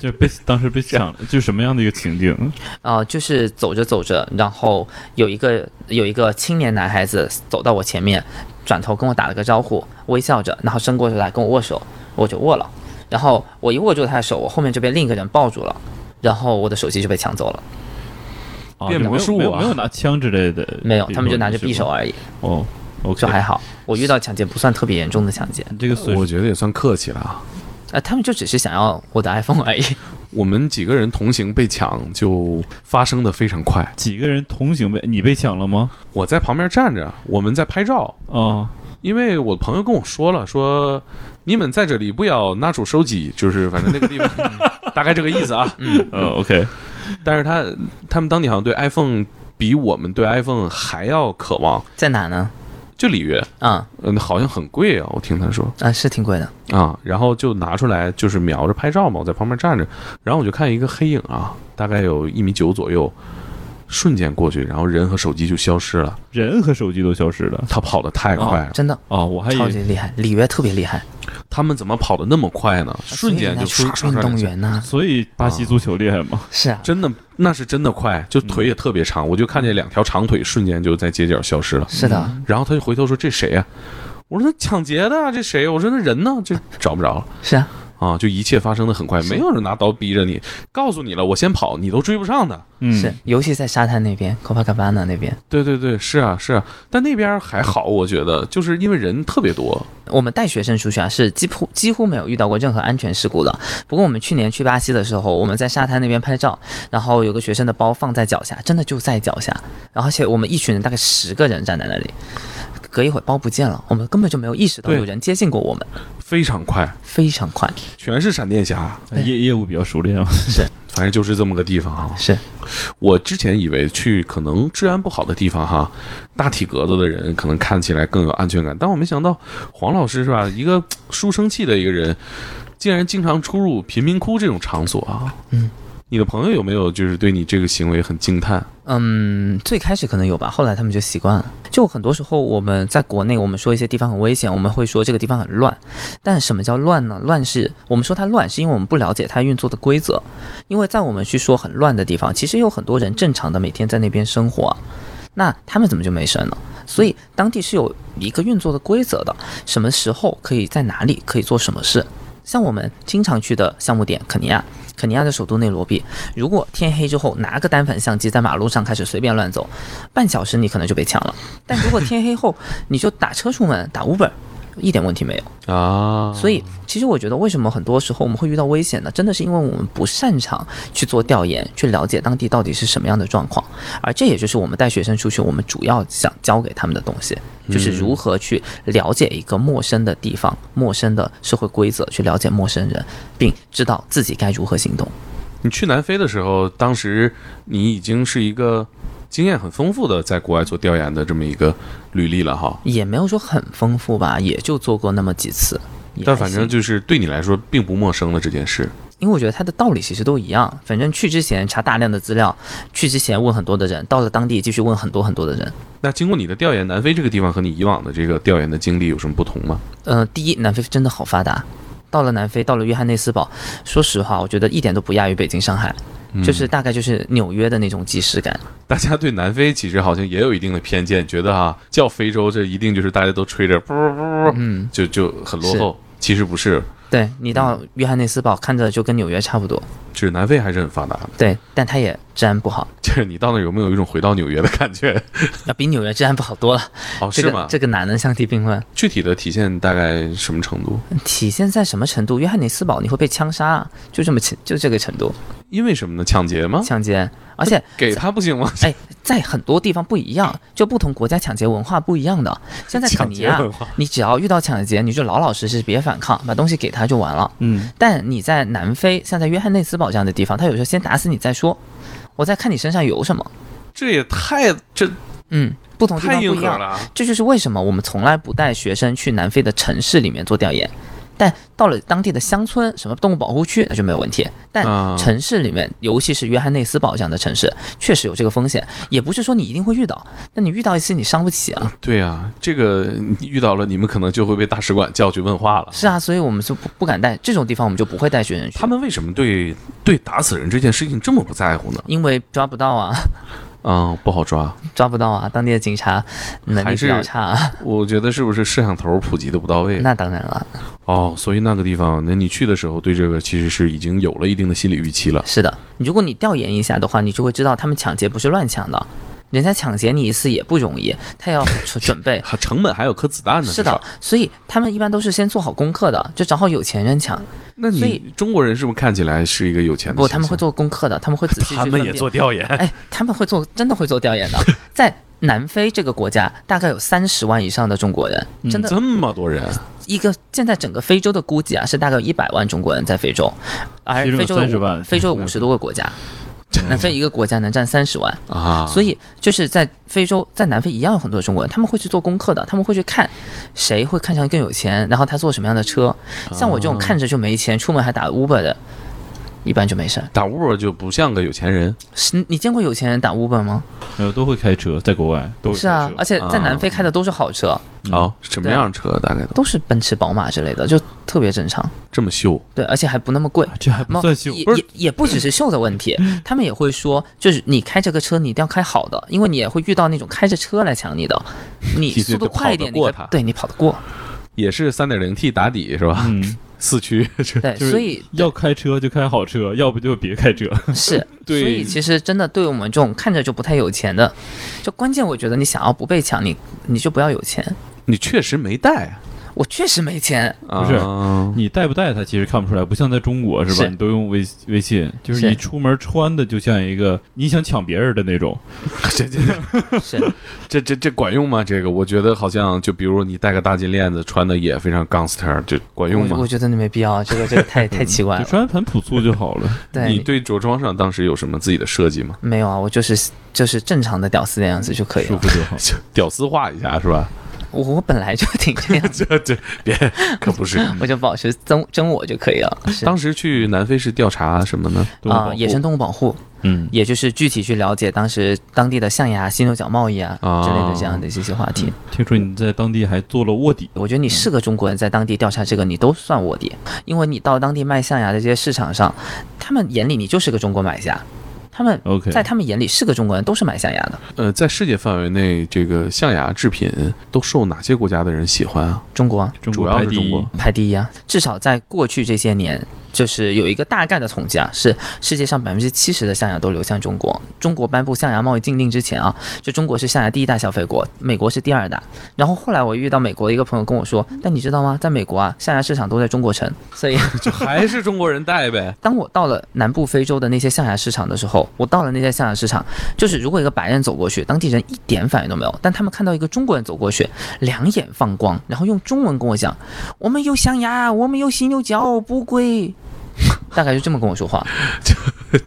就被当时被抢 了，就什么样的一个情境？
啊、就是走着走着，然后有一个有一个青年男孩子走到我前面，转头跟我打了个招呼，微笑着，然后伸过来跟我握手，我就握了。然后我一握住他的手，我后面就被另一个人抱住了，然后我的手机就被抢走了。
啊
变
就没有
魔术啊
没有没有拿枪之类的，
没有，他们就拿着匕首
啊。
而已，
哦，OK，
就还好。我遇到抢劫不算特别严重的抢劫，
这个损
我
失
觉得也算客气了啊。
呃，他们就只是想要我的 iPhone 而已。
我们几个人同行被抢，就发生的非常快。
几个人同行被你被抢了吗？
我在旁边站着，我们在拍照，
哦，
因为我朋友跟我说了，说你们在这里不要拿出手机，就是反正那个地方 大概这个意思啊。
呃，OK，
但是他他们当地好像对 iPhone 比我们对 iPhone 还要渴望，
在哪呢？
就里约，
啊、
嗯，好像很贵啊，我听他说。
啊、是挺贵的。
啊，然后就拿出来，就是瞄着拍照嘛，我在旁边站着，然后我就看一个黑影啊，大概有一米九左右，瞬间过去，然后人和手机就消失了。
人和手机都消失了。
他跑得太快了，
真的
哦，我还以
超
为
级厉害，里约特别厉害，
他们怎么跑得那么快呢？瞬间就
啊所以
刷
人家
刷
运
刷
动
两下，
员呢、
所以巴西足球厉害吗？
是啊，
真的那是真的快，就腿也特别长，我就看见两条长腿瞬间就在街角消失了。
是的。
然后他就回头说：“这谁呀、我说：“那抢劫的啊，这谁？”我说：“那人呢？”就找不着了。
是啊，
啊，就一切发生的很快，没有人拿刀逼着你，告诉你了，我先跑，你都追不上的。
嗯，
是，尤其在沙滩那边，Copacabana 那边，
对对对，是啊是啊，但那边还好，我觉得就是因为人特别多，
我们带学生出去啊，是几乎几乎没有遇到过任何安全事故的。不过我们去年去巴西的时候，我们在沙滩那边拍照，然后有个学生的包放在脚下，真的就在脚下，然后而且我们一群人大概十个人站在那里。隔一会儿包不见了，我们根本就没有意识到
对
有人接近过我们，
非常快，
非常快。
全是闪电侠，
哎业业务比较熟练啊。
反正就是这么个地方啊。
是
我之前以为去可能治安不好的地方哈，大体格子的人可能看起来更有安全感，但我没想到黄老师是吧，一个书生气的一个人，竟然经常出入贫民窟这种场所啊。
嗯，
你的朋友有没有就是对你这个行为很惊叹？
嗯，最开始可能有吧，后来他们就习惯了。就很多时候我们在国内，我们说一些地方很危险，我们会说这个地方很乱。但什么叫乱呢？乱是我们说它乱，是因为我们不了解它运作的规则。因为在我们去说很乱的地方，其实有很多人正常的每天在那边生活啊，那他们怎么就没事呢？所以当地是有一个运作的规则的，什么时候可以在哪里可以做什么事。像我们经常去的项目点肯尼亚，肯尼亚的首都内罗毕，如果天黑之后拿个单反相机在马路上开始随便乱走，半小时你可能就被抢了。但如果天黑后你就打车出门，打 Uber，一点问题没有。
啊，
所以，其实我觉得，为什么很多时候我们会遇到危险呢？真的是因为我们不擅长去做调研，去了解当地到底是什么样的状况，而这也就是我们带学生出去，我们主要想教给他们的东西，就是如何去了解一个陌生的地方、陌生的社会规则，去了解陌生人，并知道自己该如何行动。
你去南非的时候，当时你已经是一个经验很丰富的在国外做调研的这么一个履历了哈。
也没有说很丰富吧，也就做过那么几次。也
但
还
反正
行
就是对你来说并不陌生的这件事，
因为我觉得它的道理其实都一样，反正去之前查大量的资料，去之前问很多的人，到了当地继续问很多很多的人。
那经过你的调研，南非这个地方和你以往的这个调研的经历有什么不同吗？
呃，第一，南非真的好发达。到了南非，到了约翰内斯堡，说实话，我觉得一点都不亚于北京、上海，
嗯
就是大概就是纽约的那种即视感。
大家对南非其实好像也有一定的偏见，觉得啊，叫非洲这一定就是大家都吹着，
嗯，
就就很落后。其实不是，
对你到约翰内斯堡看着就跟纽约差不多，
就是南非还是很发达的。
对，但它也治安不好，
就是你到那儿有没有一种回到纽约的感觉？
要比纽约治安不好多了。
哦，
这
是
个
吗？
这个哪能相提并论？
具体的体现大概什么程度？
体现在什么程度？约翰内斯堡你会被枪杀、啊，就这么就这个程度，
因为什么呢？抢劫吗？
抢劫，而且
给他不行吗？
哎，在很多地方不一样，就不同国家抢劫文化不一样的。像在肯尼亚
抢劫文化，
你只要遇到抢劫，你就老老实实，别反抗，把东西给他就完了。
嗯，
但你在南非，像在约翰内斯堡这样的地方，他有时候先打死你再说，我再看你身上有什么。
这也太这
嗯，不同地
太
方不
硬
一
核
样。
了啊。
这就是为什么我们从来不带学生去南非的城市里面做调研，但到了当地的乡村，什么动物保护区那就没有问题。但
啊
城市里面，尤其是约翰内斯堡这样的城市，确实有这个风险，也不是说你一定会遇到，但你遇到一次你伤不起啊。
对啊，这个你遇到了，你们可能就会被大使馆叫去问话了。
是啊，所以我们就不不敢带这种地方，我们就不会带学生去
他。们为什么对对打死人这件事情这么不在乎呢？
因为抓不到啊，
嗯，不好抓。
抓不到啊！当地的警察能力
还
比
是
较差、啊，
我觉得是不是摄像头普及的不到位？啊
那当然了，
哦，所以那个地方，那你去的时候对这个其实是已经有了一定的心理预期了。
是的。如果你调研一下的话，你就会知道他们抢劫不是乱抢的，人家抢劫你一次也不容易，他 要准准备，
还成本还有颗子弹呢。
是的，所以他们一般都是先做好功课的，就找好有钱人抢。
至少，那
所
你
以
中国人是不是看起来是一个有钱的？
不，他们会，做功课的，他们会仔细去
他们
分
也
辨
做调研。
哎，他们会做，真的会做调 研的。在南非这个国家，大概有三十万以上的中国人，真的
这么多人，
一个现在整个非洲的估计啊，是大概有一百万中国人在非洲，而
其中有
非洲的
30
五
万
非洲五十多个国家，
嗯
南非一个国家能占三十万。
啊，
所以就是在非洲，在南非一样有很多中国人，他们会去做功课的，他们会去看谁会看上更有钱，然后他坐什么样的车。像我这种看着就没钱，出门还打 Uber 的，一般就没事儿。
打 Uber 就不像个有钱人。
是你见过有钱人打 Uber 吗？
没嗯有都会开车，在国外都会
是
开
啊
车，
而且在南非开的都是好车，
哦，什么样的车大概都
都是奔驰、宝马之类的，就特别正常。
这么秀？
对，而且还不那么贵。
这还不算秀，
呃也也也不只是秀的问题，他们也会说，就是你开这个车，你一定要开好的，因为你也会遇到那种开着车来抢你的，你
你得
速度快一点，
跑得过
你可
他
对你跑得过。
也是三点零 T 打底是吧？
嗯，
四驱， 这
对，
就是
所以
要开车就开好车，要不就别开车。
是，
对
所以其实真的对我们这种看着就不太有钱的，就关键我觉得你想要不被抢，你你就不要有钱。
你确实没带
我确实没钱，
啊，
不是
啊
你带不带它其实看不出来，不像在中国是吧？
是
你都用微微信，就是你
是
出门穿的就像一个你想抢别人的那种。
这这
是
这这这管用吗？这个我觉得好像就比如你戴个大金链子，穿的也非常 gangster，这管用
我
吗
我？觉得你没必要，这个这个太太奇怪
就
了。
穿很朴素就好了。
对，
你对着装上当时有什么自己的设计吗？
没有啊，我就是就是正常的屌丝的样子就可以
舒
了。
服就好。
就屌丝化一下是吧？
我我本来就挺这样，
这这别可 不是。
我就保持真真我就可以了。是
当时去南非是调查什么呢？
动物保
啊、
护
野生动物保护，
嗯，
也就是具体去了解当时当地的象牙、犀牛角贸易啊
啊
之类的这样的这些话题。
听说你在当地还做了卧底，
我觉得你是个中国人，在当地调查这个，你都算卧底，因为你到当地卖象牙的这些市场上，他们眼里你就是个中国买家，他们
OK
在他们眼里是个中国人，都是买象牙的。
呃，在世界范围内，这个象牙制品都受哪些国家的人喜欢啊？
中国
中
主
国
要
排
是
第
中
一
国，
排第一啊，至少在过去这些年，就是有一个大概的统计啊，是世界上百分之七十的象牙都流向中国。中国颁布象牙贸易禁令之前啊，就中国是象牙第一大消费国，美国是第二大。然后后来我遇到美国的一个朋友跟我说，但你知道吗，在美国啊，象牙市场都在中国城，所以。。
就还是中国人戴呗
当我到了南部非洲的那些象牙市场的时候，我到了那些象牙市场，就是如果一个白人走过去，当地人一点反应都没有，但他们看到一个中国人走过去，两眼放光，然后用中文跟我讲：“我们有象牙，我们有犀牛角，不贵。” 大概就这么跟我说话。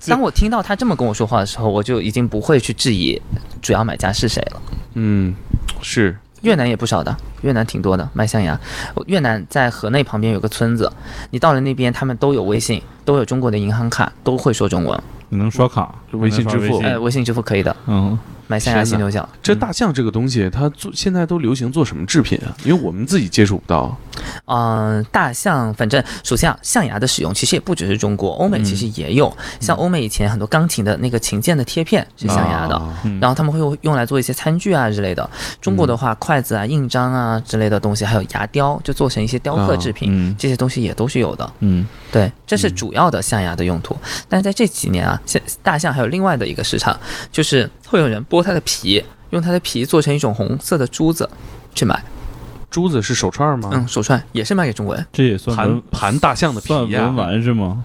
当我听到他这么跟我说话的时候，我就已经不会去质疑主要买家是谁了。
嗯，是
越南也不少的，越南挺多的卖象牙。越南在河内旁边有个村子，你到了那边，他们都有微信，都有中国的银行卡，都会说中文。
你能刷卡、
微信支付
能刷微
哎，
信
微信支付可以的，
嗯，
买象牙犀牛角。
这大象这个东西，它做现在都流行做什么制品啊？因为我们自己接触不到。
嗯、大象，反正首先啊，象牙的使用其实也不只是中国，欧
嗯
美其实也有。像欧美以前很多钢琴的那个琴键的贴片是象牙的，
啊
嗯
然后他们会用用来做一些餐具啊之类的。中国的话，筷子啊、印章啊之类的东西，还有牙雕，就做成一些雕刻制品，
嗯
这些东西也都是有的。
嗯，
对，这是主要的象牙的用途。但是在这几年啊，现大象还有另外的一个市场，就是会有人剥它的皮，用它的皮做成一种红色的珠子去买。
啊
珠子是手串 吗？
嗯，手串也是卖给中国人，
这也算
盘
文
盘大象的皮
算
呀、
文玩是吗？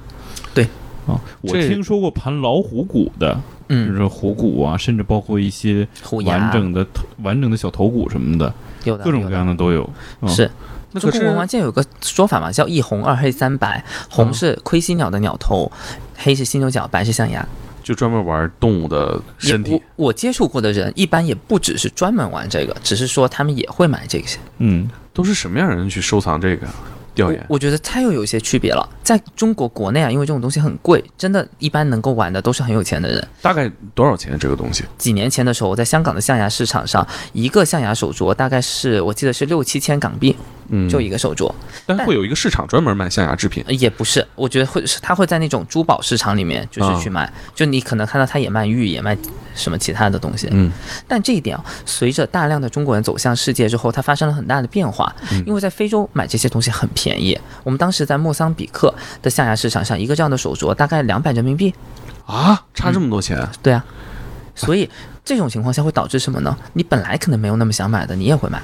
对，
啊，我
这
听说过盘老虎骨的，就
嗯，
是虎骨啊，甚至包括一些
虎牙
完整的头完整的小头骨什么的，
有的
各种
有
各
的
样的都有。嗯
是。
那
中
可
国
是
文玩界有个说法嘛，叫一红二黑三白，
啊
嗯
红是盔犀鸟的鸟头，黑是犀牛角，白是象牙。
就专门玩动物的
也
身体。
我我接触过的人一般也不只是专门玩这个，只是说他们也会买这些。
嗯，
都是什么样的人去收藏这个啊调研？
我我觉得它又有一些区别了。在中国国内啊，因为这种东西很贵，真的，一般能够玩的都是很有钱的人。
大概多少钱这个东西？
几年前的时候，我在香港的象牙市场上，一个象牙手镯大概是我记得是六七千港币，
嗯，
就一个手镯，
但会有一个市场专门卖象牙制品。
呃也不是，我觉得会是它会在那种珠宝市场里面就是去卖，就你可能看到它也卖玉，也卖什么其他的东西。
嗯，
但这一点啊，随着大量的中国人走向世界之后，它发生了很大的变化。因为在非洲买这些东西很便宜，我们当时在莫桑比克的象牙市场上，一个这样的手镯大概两百人民币。
啊，差这么多钱？
对啊，所以。这种情况下会导致什么呢？你本来可能没有那么想买的，你也会买。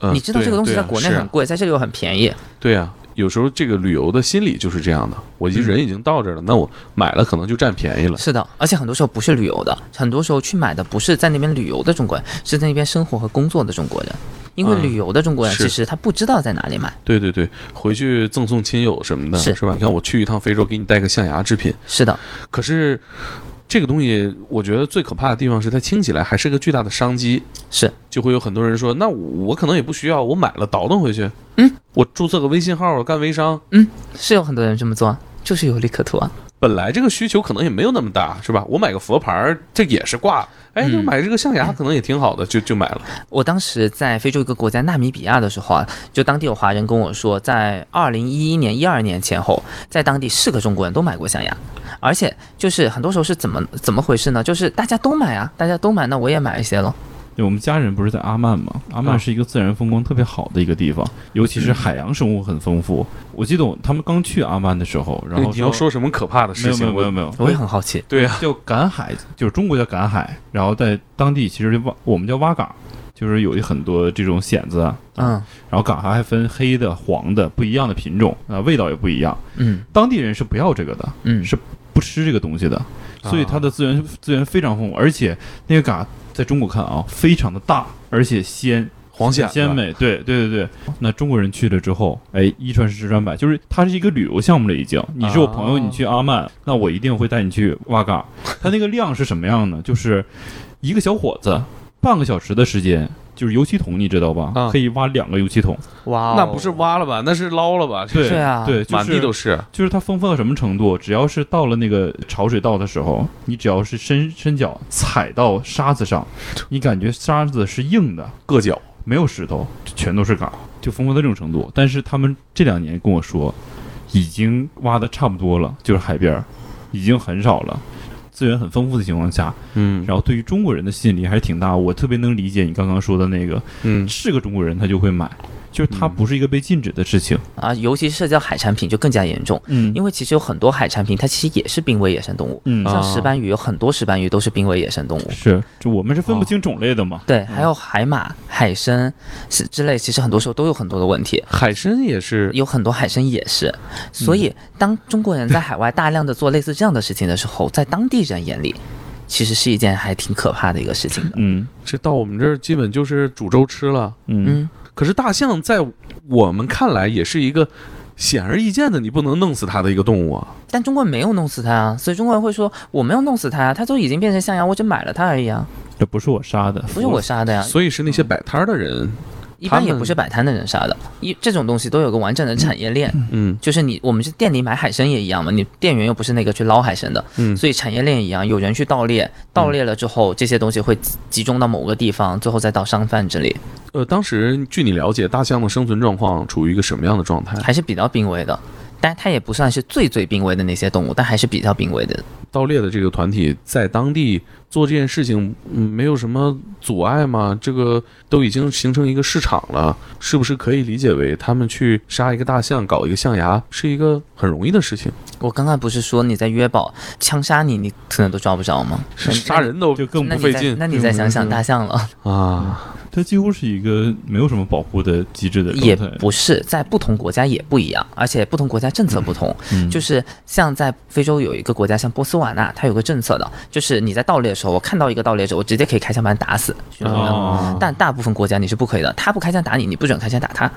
嗯
你知道这个东西在国内很贵，在这里又很便宜。
啊对呀、有时候这个旅游的心理就是这样的，我
嗯
一人已经到这儿了，那我买了可能就占便宜了。
是的，而且很多时候不是旅游的，很多时候去买的不是在那边旅游的中国人，是在那边生活和工作的中国人。因为
嗯
旅游的中国人
是
其实他不知道在哪里买，
对对对，回去赠送亲友什么的，
是
吧？你看我去一趟非洲，给你带个象牙制品，
是的，
可是这个东西，我觉得最可怕的地方是它听起来还是个巨大的商机，
是
就会有很多人说，那我可能也不需要，我买了倒腾回去，
嗯，
我注册个微信号，我干微商，
是有很多人这么做啊，就是有利可图啊。
本来这个需求可能也没有那么大，是吧？我买个佛牌儿，这也是挂，
嗯
哎，就买这个象牙可能也挺好的，就就买了。
我当时在非洲一个国家纳米比亚的时候啊，就当地有华人跟我说，在二零一一年、一二年前后，在当地是个中国人都买过象牙，而且就是很多时候是怎么怎么回事呢？就是大家都买啊，大家都买，那我也买一些咯。
对我们家人不是在阿曼嘛？阿曼
啊嗯
是一个自然风光特别好的一个地方，尤其是海洋生物很丰富。我记得我他们刚去阿曼的时候，然后
你要说什么可怕的
没
事
有没
情？
有没有
我
没有，
我也很好奇，
对呀、
叫赶海，就是中国叫赶海，然后在当地其实就挖我们叫挖港，就是有一很多这种蚬子啊，
嗯
然后港蛤还分黑的、黄的不一样的品种啊、味道也不一样。
嗯
当地人是不要这个的，
嗯，
是不吃这个东西的，所以它的资源资源非常丰富，而且那个蛤在中国看啊，非常的大，而且鲜。
黄啊蚬
很鲜美，对对对对。那中国人去了之后，哎，一传十，十传百，就是它是一个旅游项目了，已经。你是我朋友，
啊
你去阿曼，那我一定会带你去 哇嘎。它那个量是什么样呢？就是一个小伙子半个小时的时间，就是油漆桶，你知道吧？
啊
可以挖两个油漆桶。
哇哦，
那不是挖了吧？那是捞了吧？
对
是啊
对，就是、
满地都是。
就是它丰富到什么程度？只要是到了那个潮水道的时候，你只要是伸伸脚踩到沙子上，你感觉沙子是硬的，
硌脚，
没有石头，全都是嘎，就丰富到这种程度。但是他们这两年跟我说，已经挖的差不多了，就是海边儿已经很少了。资源很丰富的情况下，
嗯
然后对于中国人的吸引力还是挺大。我特别能理解你刚刚说的那个，
嗯，
是个中国人他就会买，就是它不是一个被禁止的事情。
啊，尤其是涉及到海产品就更加严重，
嗯
因为其实有很多海产品它其实也是濒危野生动物，
嗯
像
啊
石斑鱼有很多石斑鱼都是濒危野生动物。
是，就我们是分不清种类的嘛。
对，还有海马、海参是之类，其实很多时候都有很多的问题。
海参也是
有很多海参也是，所以当中国人在海外大量的做类似这样的事情的时候，在当地人眼里，其实是一件还挺可怕的一个事情的。
嗯
这到我们这儿基本就是煮粥吃了。
嗯
嗯，
可是大象在我们看来也是一个显而易见的，你不能弄死它的一个动物啊。
但中国人没有弄死它啊，所以中国人会说我没有弄死它啊，它都已经变成象牙，我只买了它而已啊，
这不是我杀的，
不是我杀的呀、
所以是那些摆摊儿的人，
一般
他
也
们
不是摆摊的人杀的，一这种东西都有个完整的产业链。
嗯，
就是你，我们去店里买海参也一样嘛，你店员又不是那个去捞海参的，
嗯
所以产业链一样，有人去盗猎，盗猎了之后，这些东西会集集中到某个地方，最后再到商贩这里，
呃，当时据你了解，大象的生存状况处于一个什么样的状态？
还是比较濒危的。但它也不算是最最濒危的那些动物，但还是比较濒危的。
盗猎的这个团体在当地做这件事情，嗯，没有什么阻碍吗？这个都已经形成一个市场了，是不是可以理解为他们去杀一个大象，搞一个象牙，是一个很容易的事情？
我刚刚不是说你在约堡枪杀你，你可能都抓不着吗？
杀人都
就更
那
不
你
费
再
劲
那你再想想大象了，
啊！
它几乎是一个没有什么保护的机制的
也
状态。
不是在不同国家也不一样，而且不同国家政策不同。
嗯
就是像在非洲有一个国家，像波斯瓦纳，它有个政策的，就是你在盗猎的时候，我看到一个盗猎者，我直接可以开枪把你打死。是这样的
哦
但大部分国家你是不可以的，他不开枪打你，你不准开枪打他。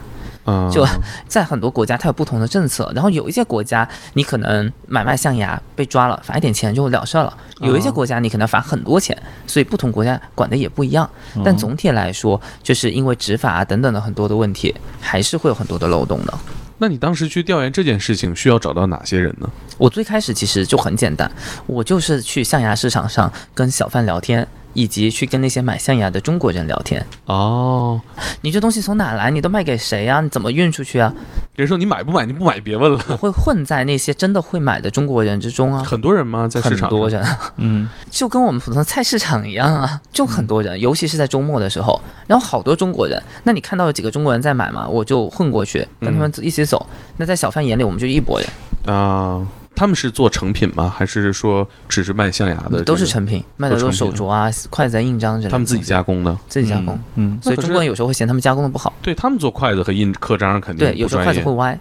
啊，
就 在很多国家，它有不同的政策。然后有一些国家，你可能买卖象牙被抓了，罚一点钱就了事儿了；有一些国家，你可能罚很多钱。所以不同国家管的也不一样。但总体来说，就是因为执法啊等等的很多的问题，还是会有很多的漏洞的。
那你当时去调研这件事情，需要找到哪些人呢？
我最开始其实就很简单，我就是去象牙市场上跟小贩聊天，以及去跟那些买象牙的中国人聊天。
哦，
你这东西从哪来？你都卖给谁呀、你怎么运出去啊？
人说你买不买？你不买别问了。
我会混在那些真的会买的中国人之中啊。
很多人吗？在市
很
场上
多人，
嗯，
就跟我们普通的菜市场一样啊，就很多人，尤其是在周末的时候，然后好多中国人。那你看到有几个中国人在买嘛，我就混过去跟他们一起走。那在小贩眼里，我们就一拨人，
啊。他们是做成品吗？还是说只嗯是卖象牙的？
都是
这个
成品，卖的都是手镯啊、筷子啊、印章之类的。
他们自己加工的。
自己加工，
嗯，嗯，
所以
那可是
中国人有时候会嫌他们加工的不好。
对他们做筷子和印刻章肯定
对，有
嗯不
时候
专
筷子
业
会歪，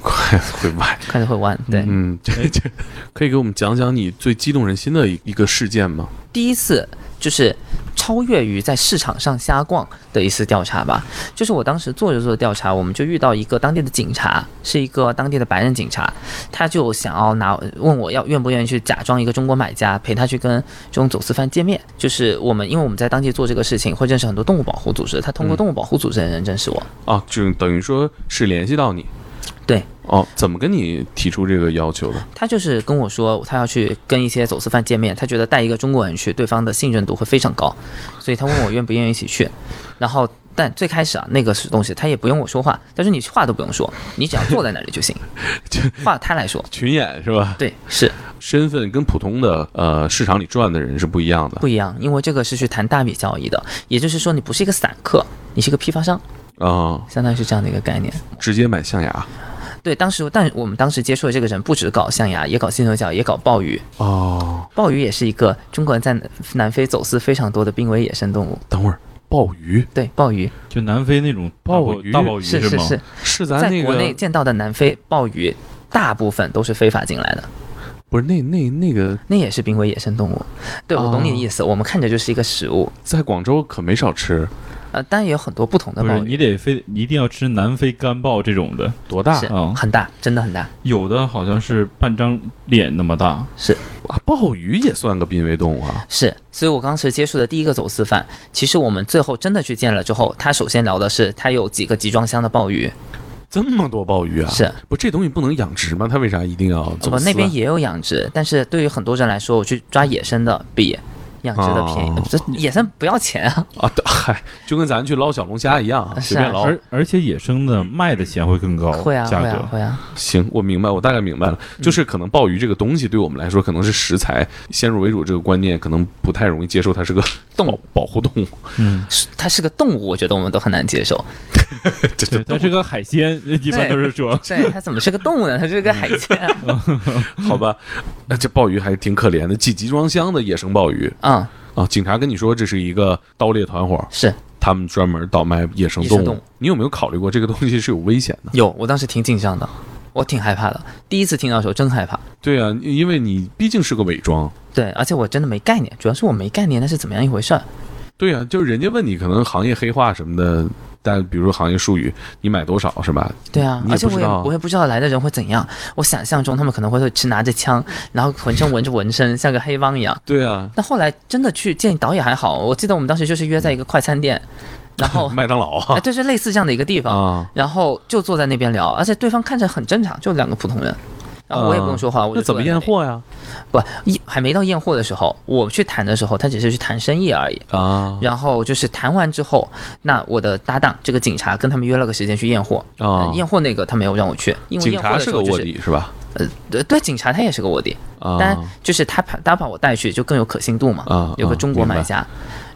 筷子 会歪。
筷子会弯。对，
嗯，这这可以给我们讲讲你最激动人心的一一个事件吗？
第一次就是超越于在市场上瞎逛的一次调查吧。就是我当时做着做着调查，我们就遇到一个当地的警察，是一个当地的白人警察，他就想要拿问我要愿不愿意去假装一个中国买家，陪他去跟这种走私犯见面。就是我们因为我们在当地做这个事情，会认识很多动物保护组织，他通过动物保护组织的人认识我。
啊，就等于说是联系到你。
对。
哦，怎么跟你提出这个要求的？
他就是跟我说，他要去跟一些走私犯见面，他觉 得带一个中国人去，对方的信任度会非常高，所以他问我愿不愿意一起去。然后但最开始啊，那个是东西他也不用我说话，但是你话都不用说，你只要坐在那里就行
就，
话他来说。
群演是吧？
对，是
身份跟普通的呃市场里赚的人是不一样的
不一样，因为这个是去谈大笔交易的，也就是说你不是一个散客，你是个批发商，
啊、
相当于是这样的一个概念。
直接买象牙
对，当时但我们当时接触的这个人不止搞象牙，也搞犀牛角，也搞鲍鱼，
哦。
鲍鱼也是一个中国人在南非走私非常多的濒危野生动物。
等会儿，鲍鱼
对，鲍鱼
就南非那种大
鲍鱼
大鲍鱼
是是
吗？
是，
是咱
在
那
国内
个
见到的南非鲍鱼，大部分都是非法进来的，
不是那那那个
那也是濒危野生动物。对，我懂你的
哦
意思，我们看着就是一个食物，
在广州可没少吃，
呃，当然也有很多不同的
不
鲍
是，
鱼，
你得非你一定要吃南非干鲍这种的，
多大
是
啊
很大，真的很大，
有的好像是半张脸那么大，
啊？鲍鱼也算个濒危动物啊？
是。所以我当时接触的第一个走私犯，其实我们最后真的去见了之后，他首先聊的是他有几个集装箱的鲍鱼，
这么多鲍鱼啊？
是
不这东西不能养殖吗？它为啥一定要
我
走
们
私啊？
那边也有养殖，但是对于很多人来说，我去抓野生的比养殖的便宜
哦，
这野生不要钱啊，
啊，对嗨，就跟咱去捞小龙虾一样啊，
是
随
啊
便捞。
而而且野生的卖的钱会更高，
哦
会啊
价
会啊
格
会啊，
行，我明白，我大概明白了，
嗯
就是可能鲍鱼这个东西对我们来说，可能是食材先入为主这个观念，可能不太容易接受它是个
动
保
物
保护动物。
嗯，
是它是个动物，我觉得我们都很难接受。
对，它是个 海鲜，一般都是说
对，它怎么是个动物呢？它是个海鲜啊。
好 吧，那这鲍鱼还挺可怜的，几集装箱的野生鲍鱼
嗯，
啊！警察跟你说这是一个盗猎团伙，
是
他们专门倒卖野生
野
动
生
物。
动物
你有没有考虑过这个东西是有危险的？
有，我当时挺紧张的，我挺害怕的。第一次听到的时候真害怕。
对啊，因为你毕竟是个伪装。
对，而且我真的没概念，主要是我没概念那是怎么样一回事儿。
对啊，就是人家问你可能行业黑话什么的，但比如说行业术语，你买多少是吧？
对啊，
你也
而且
不
我
知
也
道
我也不知道来的人会怎样。我想象中他们可能会是拿着枪，然后浑身纹着纹身，像个黑帮一样。
对啊，
但后来真的去见导演还好，我记得我们当时就是约在一个快餐店，然后
麦当劳
哎，
啊
就是类似这样的一个地方，
啊，
然后就坐在那边聊，而且对方看着很正常，就两个普通人。然后我也不用说话，我
那
就
怎
坐
么
在那
验
里？
货呀？
不，一还没到验货的时候，我去谈的时候，他只是去谈生意而已。
啊
然后就是谈完之后，那我的搭档这个警察跟他们约了个时间去验货。
啊
呃！验货那个他没有让我去，因为
警
验货
察
的
是
时
个
候就
卧
是
底是吧？
呃对对，警察他也是个卧底，当
啊
然就是他把他把我带去就更有可信度嘛。
啊
有个
啊
中国
明白
买家，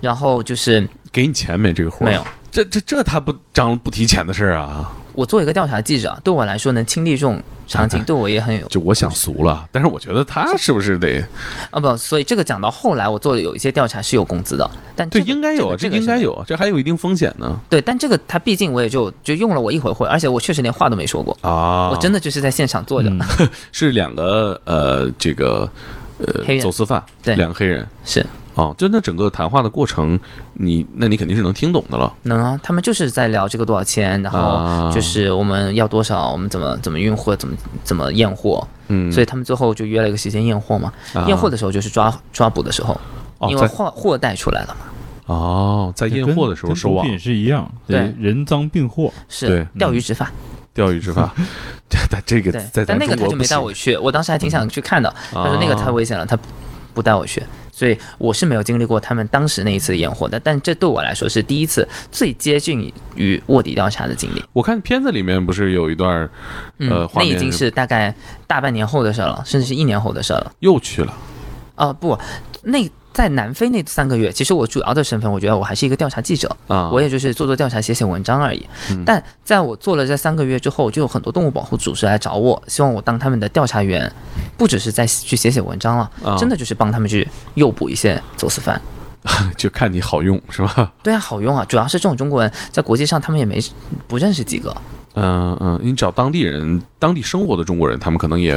然后就是
给你钱没这个活？
没有，。
这这这他不张不提钱的事儿啊！
我作为一个调查记者，对我来说能亲历这 种场景，对我也很有
就我想俗了，但是我觉得他是不是得
啊不，所以这个讲到后来，我做的有一些调查是有工资的，但
对
这个
应该有啊，
这个这
这
个
应该有啊，这还有一定风险呢
对，但这个他毕竟我也就就用了我一回会，而且我确实连话都没说过，
啊！嗯
我真的就是在现场坐着，
是两个呃这个
黑
呃
人
走私犯，
对
两个黑人
是
哦，就那整个谈话的过程，你那你肯定是能听懂的了。
能啊，他们就是在聊这个多少钱，然
啊
后就是我们要多少，我们怎么怎么运货，怎么怎么验货，
嗯，啊
所以他们最后就约了一个时间验货嘛，验货的时候就是抓抓捕的时候，
哦
因为
在
货货带出来了嘛，
哦，在验货的时候
跟
收
毒
网
品是一样，
对
人赃并获，
对
是钓鱼执法，
钓鱼执法，这但这个
对
在，
但
咱
那个
中
他
国
就
不
没带
行
我去，我当时还挺想去看的，他说那个太
啊
危险了，他不不带我去，所以我是没有经历过他们当时那一次的验货的，但这对我来说是第一次最接近于卧底调查的经历，
我看片子里面不是有一段儿
嗯，
呃画
那已
面
经
是
是大概大半年后的事儿了，甚至是一年后的事儿了，
又去了
哦、不，那。在南非那三个月，其实我主要的身份，我觉得我还是一个调查记者，
啊，嗯
我也就是做做调查、写写文章而已。但在我做了这三个月之后，就有很多动物保护组织来找我，希望我当他们的调查员，不只是在去写写文章了，
啊
真的就是帮他们去诱捕一些走私犯。
就看你好用是吧？
对啊，好用啊！主要是这种中国人在国际上他们也没不认识几个，
嗯嗯，你找当地人、当地生活的中国人，他们可能也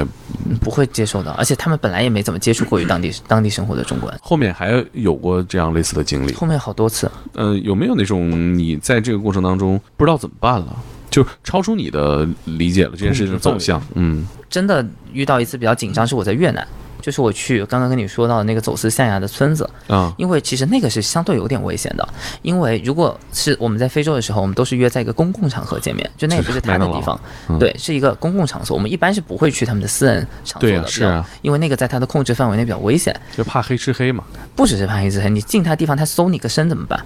嗯不会接受的，而且他们本来也没怎么接触过于当地当地生活的中国人。
后面还有过这样类似的经历。
后面好多次，
嗯、有没有那种你在这个过程当中不知道怎么办了，就超出你的理解了这件事情的走向？嗯，
真的遇到一次比较紧张，是我在越南，就是我去刚刚跟你说到的那个走私象牙的村子，
啊
因为其实那个是相对有点危险的，因为如果是我们在非洲的时候，我们都是约在一个公共场合见面，就那也不是他的地方，
嗯
对，是一个公共场所，我们一般是不会去他们的私人场所
对
的，
啊是啊
因为那个在他的控制范围内比较危险。
就怕黑吃黑嘛。
不只是怕黑之黑，你进他地方，他搜你个身怎么办？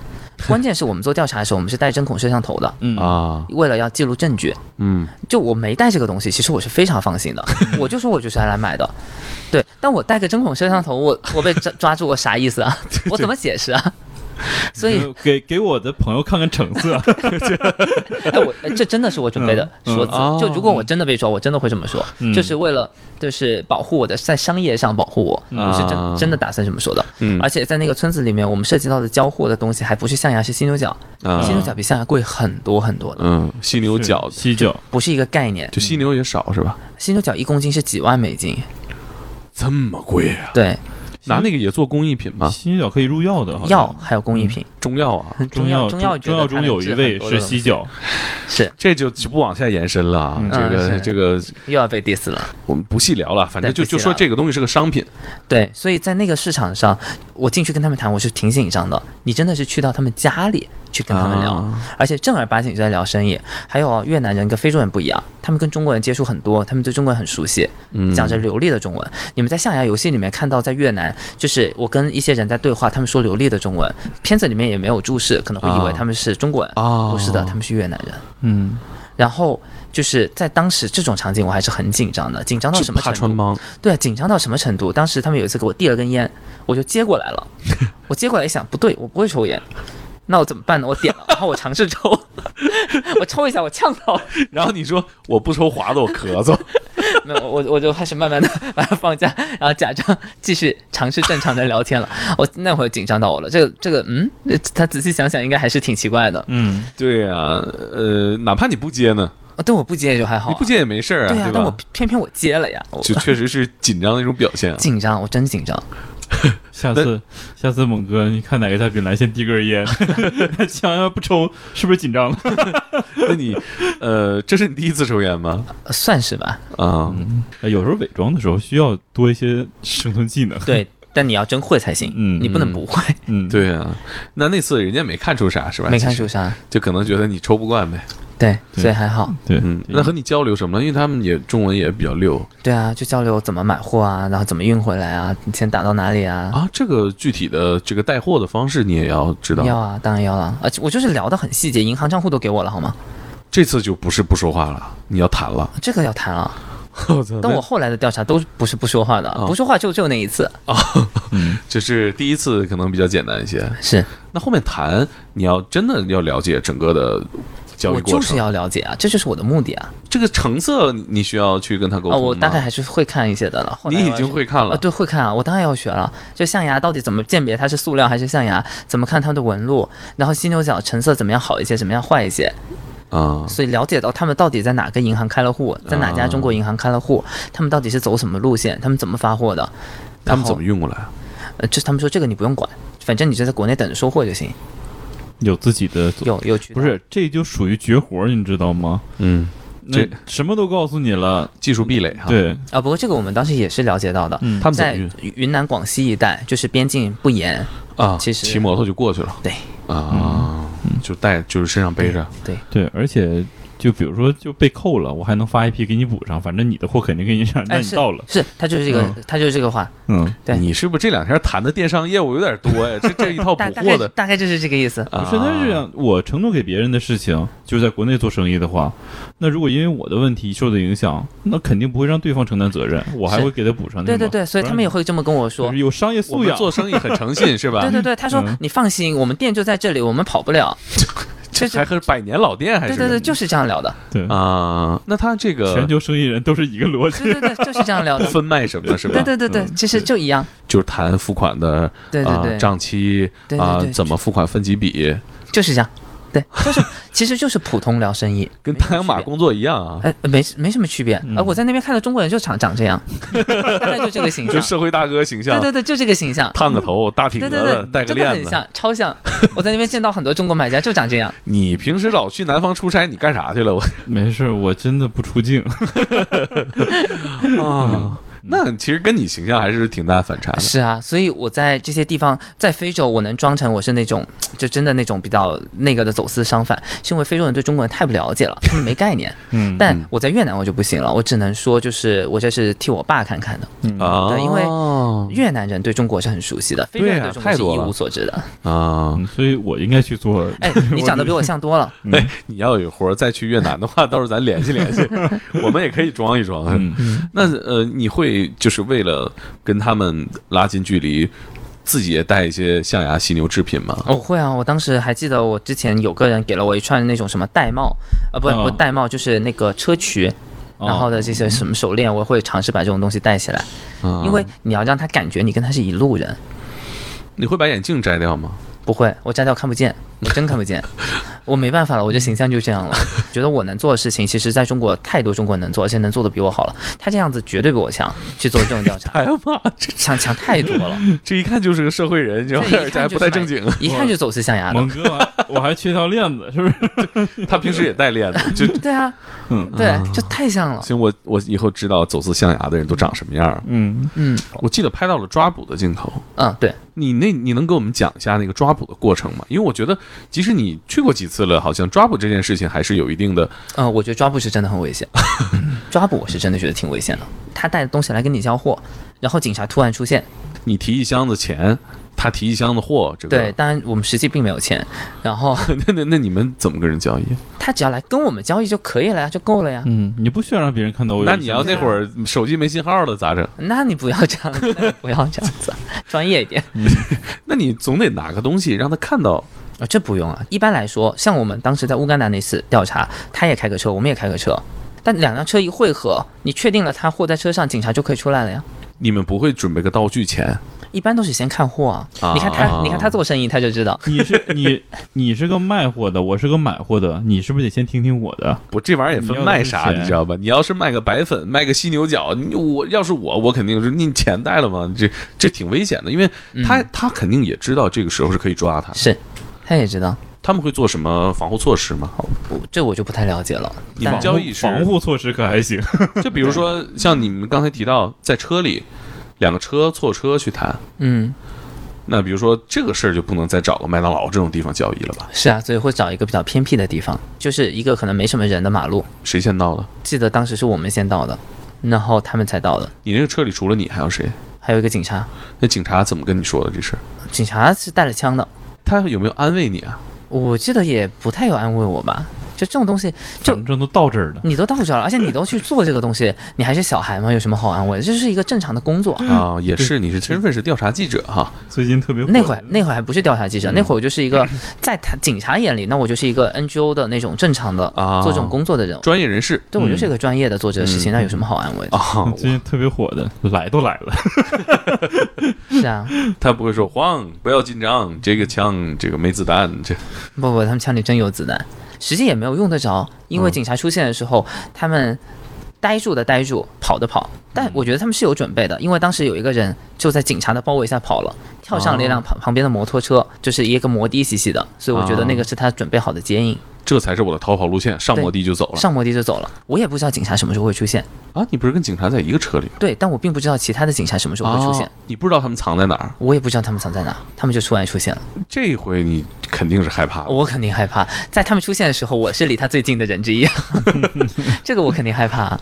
关键是我们做调查的时候，我们是带针孔摄像头的，
嗯
啊，
为了要记录证据。
嗯，
就我没带这个东西，其实我是非常放心的。我就说我就是来买的，对。但我带个针孔摄像头，我我被抓抓住，我啥意思啊？我怎么解释啊？所以，
给给我的朋友看看成 色，
哎，我哎这真的是我准备的
嗯嗯
说辞。
哦
就如果我真的被抓，我真的会这么说，
嗯
就是为了就是保护我的，在商业上保护我，我是
啊
真真的打算这么说的。
嗯
而且在那个村子里面，我们涉及到的交货的东西还不是象牙，是犀牛角。
啊
犀牛角比象牙贵很多很多的，
嗯，犀牛 角
犀角，
不是一个概念。
就犀牛也少是吧？
犀牛角一公斤是几万美金，
这么贵啊？
对，
拿那个也做工艺品吗？
犀角可以入药的，好嗯像
药还有工艺品。
中药啊？
中药
中药
中药中有一味是犀角，
是
这就就不往下延伸了啊。
嗯
这个
是
这个
又要被 diss 了。
我们不细聊了，反正
对
就
不细
就
聊
说这个东西是个商品。
对，所以在那个市场上，我进去跟他们谈，我是挺紧张的。你真的是去到他们家里去跟他们聊，
啊
而且正儿八经在聊生意。还有啊越南人跟非洲人不一样，他们跟中国人接触很多，他们对中国人很熟悉，
嗯
讲着流利的中文。你们在象牙游戏里面看到，在越南，就是我跟一些人在对话，他们说流利的中文，片子里面也没有注释，可能会以为
啊
他们是中国人，
哦
不是的，他们是越南人。
嗯，
然后就是在当时这种场景，我还是很紧张的，紧张到
就
什么
怕
程度？
穿帮
对啊，紧张到什么程度？当时他们有一次给我递了根烟，我就接过来 了。我接过来一想，不对，我不会抽烟，那我怎么办呢？我点了，然后我尝试抽， 我抽一下，我呛到，
然后你说我不抽华子，我咳嗽。
没有，我我就开始慢慢的把它放下，然后假装继续尝试正常的聊天了。我那会儿紧张到我了，这个这个，嗯，他仔细想想，应该还是挺奇怪的。
嗯，
对呀、呃，哪怕你不接呢，
哦但我不接也就还好
你
啊、
不接也没事儿
对呀、但我
吧？
偏偏我接了呀，我
就确实是紧张的一种表现啊。
紧张，我真紧张。
下次下次猛哥，你看哪个嘉宾来先递根烟， 想要不抽是不是紧张了？
那你，呃，这是你第一次抽烟吗？
呃算是 吧，
啊，
嗯
呃有时候伪装的时候需要多一些生存技能，
对，但你要真会才行，
嗯
你不能不会，
嗯，，
对啊，那那次人家没看出啥是吧？
没看啊
其实
出啥，
就可能觉得你抽不惯呗。
对，
对
所以还好，
对，
嗯，那和你交流什么呢？因为他们也中文也比较溜
对啊，就交流怎么买货啊，然后怎么运回来啊，钱打到哪里啊，
啊。这个具体的这个带货的方式你也要知
要
道。
啊，当然要了，而且我就是聊得很细节，银行账户都给我了，好吗？
这次就不是不说话了，你要谈了。
这个要谈啊，
我操啊
但我后来的调查都不是不说话的，不说话就只有那一次，
就是第一次可能比较简单一些。
是
那后面谈你要真的要了解整个的交易
我
过
就是
程，
要了解啊，这就是我的目的啊，
这个成色你你需要去跟他沟
啊，
通吗
我大概还是会看一些的了，后来
你已
我
经会看
啊，
了，
对，会看啊，我当然要学了。就象牙到底怎么鉴别它是塑料还是象牙，怎么看它的纹路，然后犀牛角成色怎么样好一些，怎么样坏一些，
啊，
所以了解到他们到底在哪个银行开了户，在哪家中国银行开了户，他们到底是走什么路线，他们怎么发货的，
他
然
们
后
怎么运过来啊？
呃，就他们说这个你不用管，反正你就在国内等着收货就行。
有自己的
有有渠道
不是这就属于绝活，你知道吗？
嗯，
那
这
什么都告诉你了，
技术壁垒哈。，
对，
啊，不过这个我们当时也是了解到的，
嗯
他们怎么
在
运
云南广西一带就是边境不严，
啊？
其实
骑摩托就过去了
对
啊，
嗯
就带就是身上背着
对，
对，而且就比如说就被扣了，我还能发一批给你补上，反正你的货肯定给你让
哎
让你
是
到了。
是，他就是这个他就是这个话，
嗯，
对
你是不是这两天谈的电商业务有点多呀？这这一套补
大大
货
概
的
大概就是这个意思。
啊
不是，那是这样。我承诺给别人的事情，就是在国内做生意的话，那如果因为我的问题受到影响，那肯定不会让对方承担责任，我还
是
会给他补上去
对
嘛。
对对，所以他们也会这么跟我
就
说
是。有商业
我
素
们
养。
做生意很诚信 是吧？
对对对，他说、
嗯
你放心，我们店就在这里，我们跑不了。
这还和百年老店还
对
是
对对，就是这样聊的。
对，
啊？那他这个
全球生意人都是一个逻辑。
对对对，就是这样聊
不
的。
分卖什么 是吧？
对对对对，其实就一样。
就是谈付款的
对对
啊
对，
账期
对对
啊
对，
怎么付款分几笔，
就是这样。对，就是其实就是普通聊生意，
跟
没什么
太阳马
区别。
工作一样啊，
哎，没没什么区别。
嗯
呃，我在那边看到中国人就长长这样，大概就这个形
就
象。
社会大哥形
对
象，
对对，就这个形象。
烫个头，大体
对
格
对
子，戴
对，
个
真的
链
很
子。
像，超像。我在那边见到很多中国买家就长这样。
你平时老去南方出差，你干啥去了？我
没事，我真的不出镜。
哦
啊， 那其实跟你形象还是挺大反差的。
是啊，所以我在这些地方，在非洲，我能装成我是那种，就真的那种比较那个的走私商贩，是因为非洲人对中国人太不了解了，他们没概念。
嗯
哎
但我在越南我就不行了，我只能说，就是我这是替我爸看看的。
啊，
对因为越南人对中国是很熟悉的，非洲人
对啊
对中国
太
是
多
一
了
无所知 的。
啊，
嗯所以我应该去做。
哎，你长得比我像多了。
哎，你要有活儿再去越南的话，到时候咱联系 联系，我们也可以装一装。那呃，你会就是为了跟他们拉近距离，自己也带一些象牙、犀牛制品吗？
我会啊，我当时还记得，我之前有个人给了我一串那种什么玳瑁，呃，不
啊
哦
不玳瑁，就是那个砗磲，
哦
然后的这些什么手链，我会尝试把这种东西戴起来，
啊
因为你要让他感觉你跟他是一路人。
你会把眼镜摘掉吗？
不会，我摘掉看不见，我真看不 见，我没办法了，我这形象就这样了。觉得我能做的事情，其实在中国太多中国人能做，而且能做的比我好了。他这样子绝对比我强，去做这种调查，
哎呀妈，这
强强太多了，
这一看就是个社会人，就
这一
还
看
不
就
太
是
正经。
一看就走私象牙的
猛。哥，我还我还缺条链子，是不是？
他平时也戴 链子，就
对啊，
嗯
对，就太像了。
行。我我以后知道走私象牙的人都长什么样儿。
嗯，
嗯
我记得拍到了抓捕的镜头，
嗯，对，
你那你能给我们讲一下那个抓捕的过程吗？因为我觉得，即使你去过几次了，好像抓捕这件事情还是有一定的
嗯，我觉得抓捕是真的很危险，嗯抓捕我是真的觉得挺危险的。他带东西来跟你交货，然后警察突然出现，
你提一箱子钱，他提一箱子货，这个
对，，当然我们实际并没有钱，然后
那那那你们怎么跟人交易？
他只要来跟我们交易就可以了呀，就够了呀。
嗯，你不需要让别人看到我有
那
钱。
你要那会儿手机没信号了咋整？
那你不要这样，那你不要这样子，专业一点。
那你总得拿个东西让他看到
啊，这不用啊。一般来说，像我们当时在乌干达那次调查，他也开个车，我们也开个车，但两辆车一汇合，你确定了他货在车上，警察就可以出来了呀。
你们不会准备个道具钱
一般都是先看货啊。
啊嗯
你看他，你看他做生意，他就知道。
你是 你你是个卖货的，我是个买货的，你是不是得先听听我的？
不？这玩意儿也分卖啥，
你要的是
你知道吧？你要是卖个白粉，卖个犀牛角，你我要是我，我肯定是你钱带了吗？这这挺危险的，因为他、他肯定也知道这个时候是可以抓他的，
是，他也知道。
他们会做什么防护措施吗？
我这我就不太了解了。
你
但
们交易是
防护措施可还行？
就比如说像你们刚才提到在车里，两个车错车去谈，
嗯，
那比如说这个事儿就不能再找个麦当劳这种地方交易了吧？
是啊，所以会找一个比较偏僻的地方，就是一个可能没什么人的马路。
谁先到的？
记得当时是我们先到的，然后他们才到的，
你那个车里除了你还有谁？
还有一个警察，
那警察怎么跟你说的这事儿？
警察是带了枪的。
他有没有安慰你啊？
我记得也不太有安慰我吧，就这种东西，就
反正都到这儿了，
你都到这儿了，而且你都去做这个东西，你还是小孩嘛，有什么好安慰的？这是一个正常的工作。
啊、也是，你是身份是调查记者哈。
最近特别火
那会儿那会儿还不是调查记者，
嗯
那会儿我就是一 个在他警察眼里，那我就是一个 NGO 的那种正常的
啊
做这种工作的人。
专业人士
对，我就是一个专业的做这个事情，那有什么好安慰的？
啊，
嗯最近特别火的，来都来了，
是啊，
他不会说慌，不要紧张，这个枪，这个没子弹，这
不不，他们枪里真有子弹，实际也没有用得着，因
嗯
为警察出现的时候，他们呆住的呆住，跑的跑。
嗯
但我觉得他们是有准备的，因为当时有一个人就在警察的包围下跑了，跳上了一辆
哦
旁旁边的摩托车，就是一个摩的兮兮的，所以我觉得那
啊
个是他准备好的接应，
这才是我的逃跑路线。上摩的就走了
上摩的就走了。我也不知道警察什么时候会出现，
啊！你不是跟警察在一个车里吗？
对，但我并不知道其他的警察什么时候会出现
啊，，你不知道他们藏在哪儿。
我也不知道他们藏在哪，他们就突然出现了，
这回你肯定是害怕的。
我肯定害怕。在他们出现的时候，我是离他最近的人之一，这个我肯定害怕。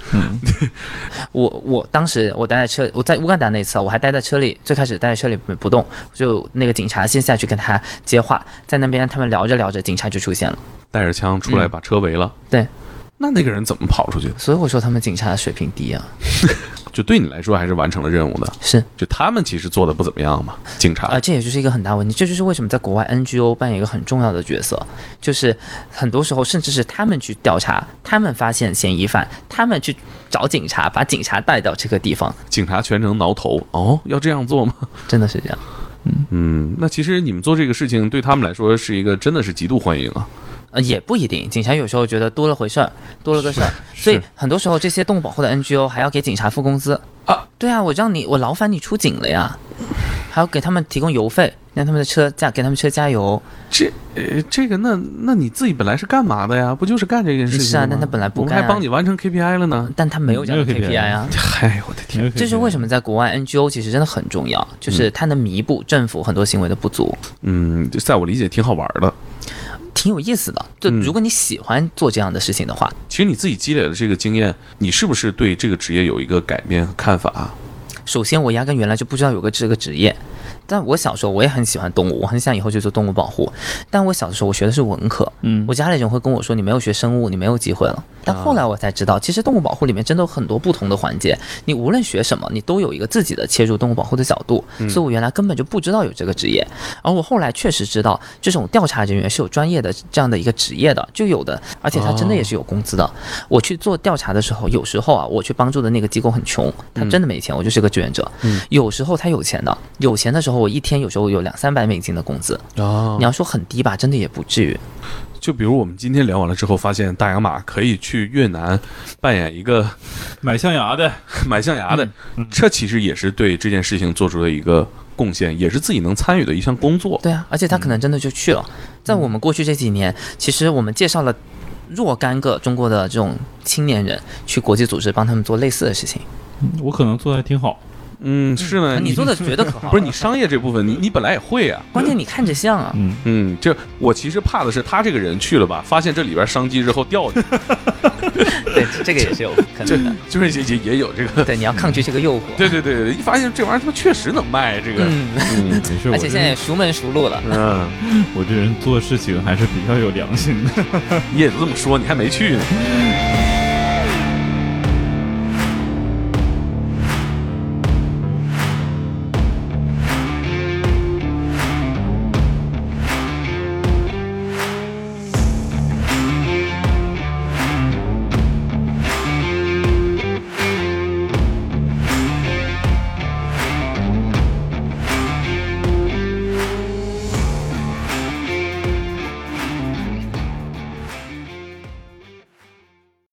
我我当时我待在车，我在乌干达那次啊，我还待在车里，最开始待在车里不动，就那个警察先下去跟他接话，在那边他们聊着聊着，警察就出现了。
带着枪出来把车围了，
嗯对，
那那个人怎么跑出去的？
所以我说他们警察水平低啊，
就对你来说还是完成了任务的。
是
就他们其实做的不怎么样嘛，警察
啊、这也就是一个很大问题，这就是为什么在国外 NGO 扮演一个很重要的角色，就是很多时候甚至是他们去调查，他们发现嫌疑犯，他们去找警察，把警察带到这个地方，
警察全程挠头哦，要这样做吗？
真的是这样。
嗯，那其实你们做这个事情对他们来说是一个真的是极度欢迎啊。
呃，也不一定，警察有时候觉得多了回事儿，多了个事儿，所以很多时候这些动物保护的 NGO 还要给警察付工资
啊。
对啊，我让你，我劳烦你出警了呀，还要给他们提供邮费，让他们的车加给他们车加油。
这呃，这个那那你自己本来是干嘛的呀？不就是干这件事情
是啊
的吗
但他本来不
我们
干啊
还帮你完成 KPI 了呢。
但他没有这样的
没有
KPI 啊，
嗨，我的 天！
这是为什
么？
么在国外 NGO 其实真的很重要，就是它能弥补政府很多行为的不足，
嗯，这在我理解挺好玩的。
挺有意思的。就
嗯
如果你喜欢做这样的事情的话，
其实你自己积累的这个经验，你是不是对这个职业有一个改变和看法？啊
首先我压根原来就不知道有个这个职业，但我小时候我也很喜欢动物，我很想以后去做动物保护，但我小的时候我学的是文科，
嗯
我家里人会跟我说你没有学生物，你没有机会了。但后来我才知道，其实动物保护里面真的有很多不同的环节，你无论学什么，你都有一个自己的切入动物保护的角度。所以我原来根本就不知道有这个职业，而我后来确实知道，这种调查人员是有专业的这样的一个职业的，就有的，而且他真的也是有工资的。我去做调查的时候，有时候啊，我去帮助的那个机构很穷，他真的没钱，我就是个志愿者。有时候他有钱的，有钱的时候，我一天有时候有两三百美金的工资，
啊
你要说很低吧，真的也不至于。
就比如我们今天聊完了之后，发现大洋马可以去越南扮演一个
买象牙的，
买象牙的，这其实也是对这件事情做出了一个贡献，也是自己能参与的一项工作。
对啊，而且他可能真的就去了。在我们过去这几年，其实我们介绍了若干个中国的这种青年人去国际组织帮他们做类似的事情。
我可能做的还挺好。
嗯，是呢，
啊你做的绝对可好了，
不是你商业这部分，你你本来也会啊。
关键你看着像啊。
嗯，
嗯，这我其实怕的是他这个人去了吧，发现这里边商机之后掉进去，
对，这个也是有可能的。
就是也也也有这个。
对，你要抗拒这个诱惑。
对对对对，一发现这玩意儿他妈确实能卖这个。
嗯，
嗯
没事。
而
我
且
这
现在也熟门熟路了。
嗯，
我这人做事情还是比较有良心的。
你也这么说，你还没去呢。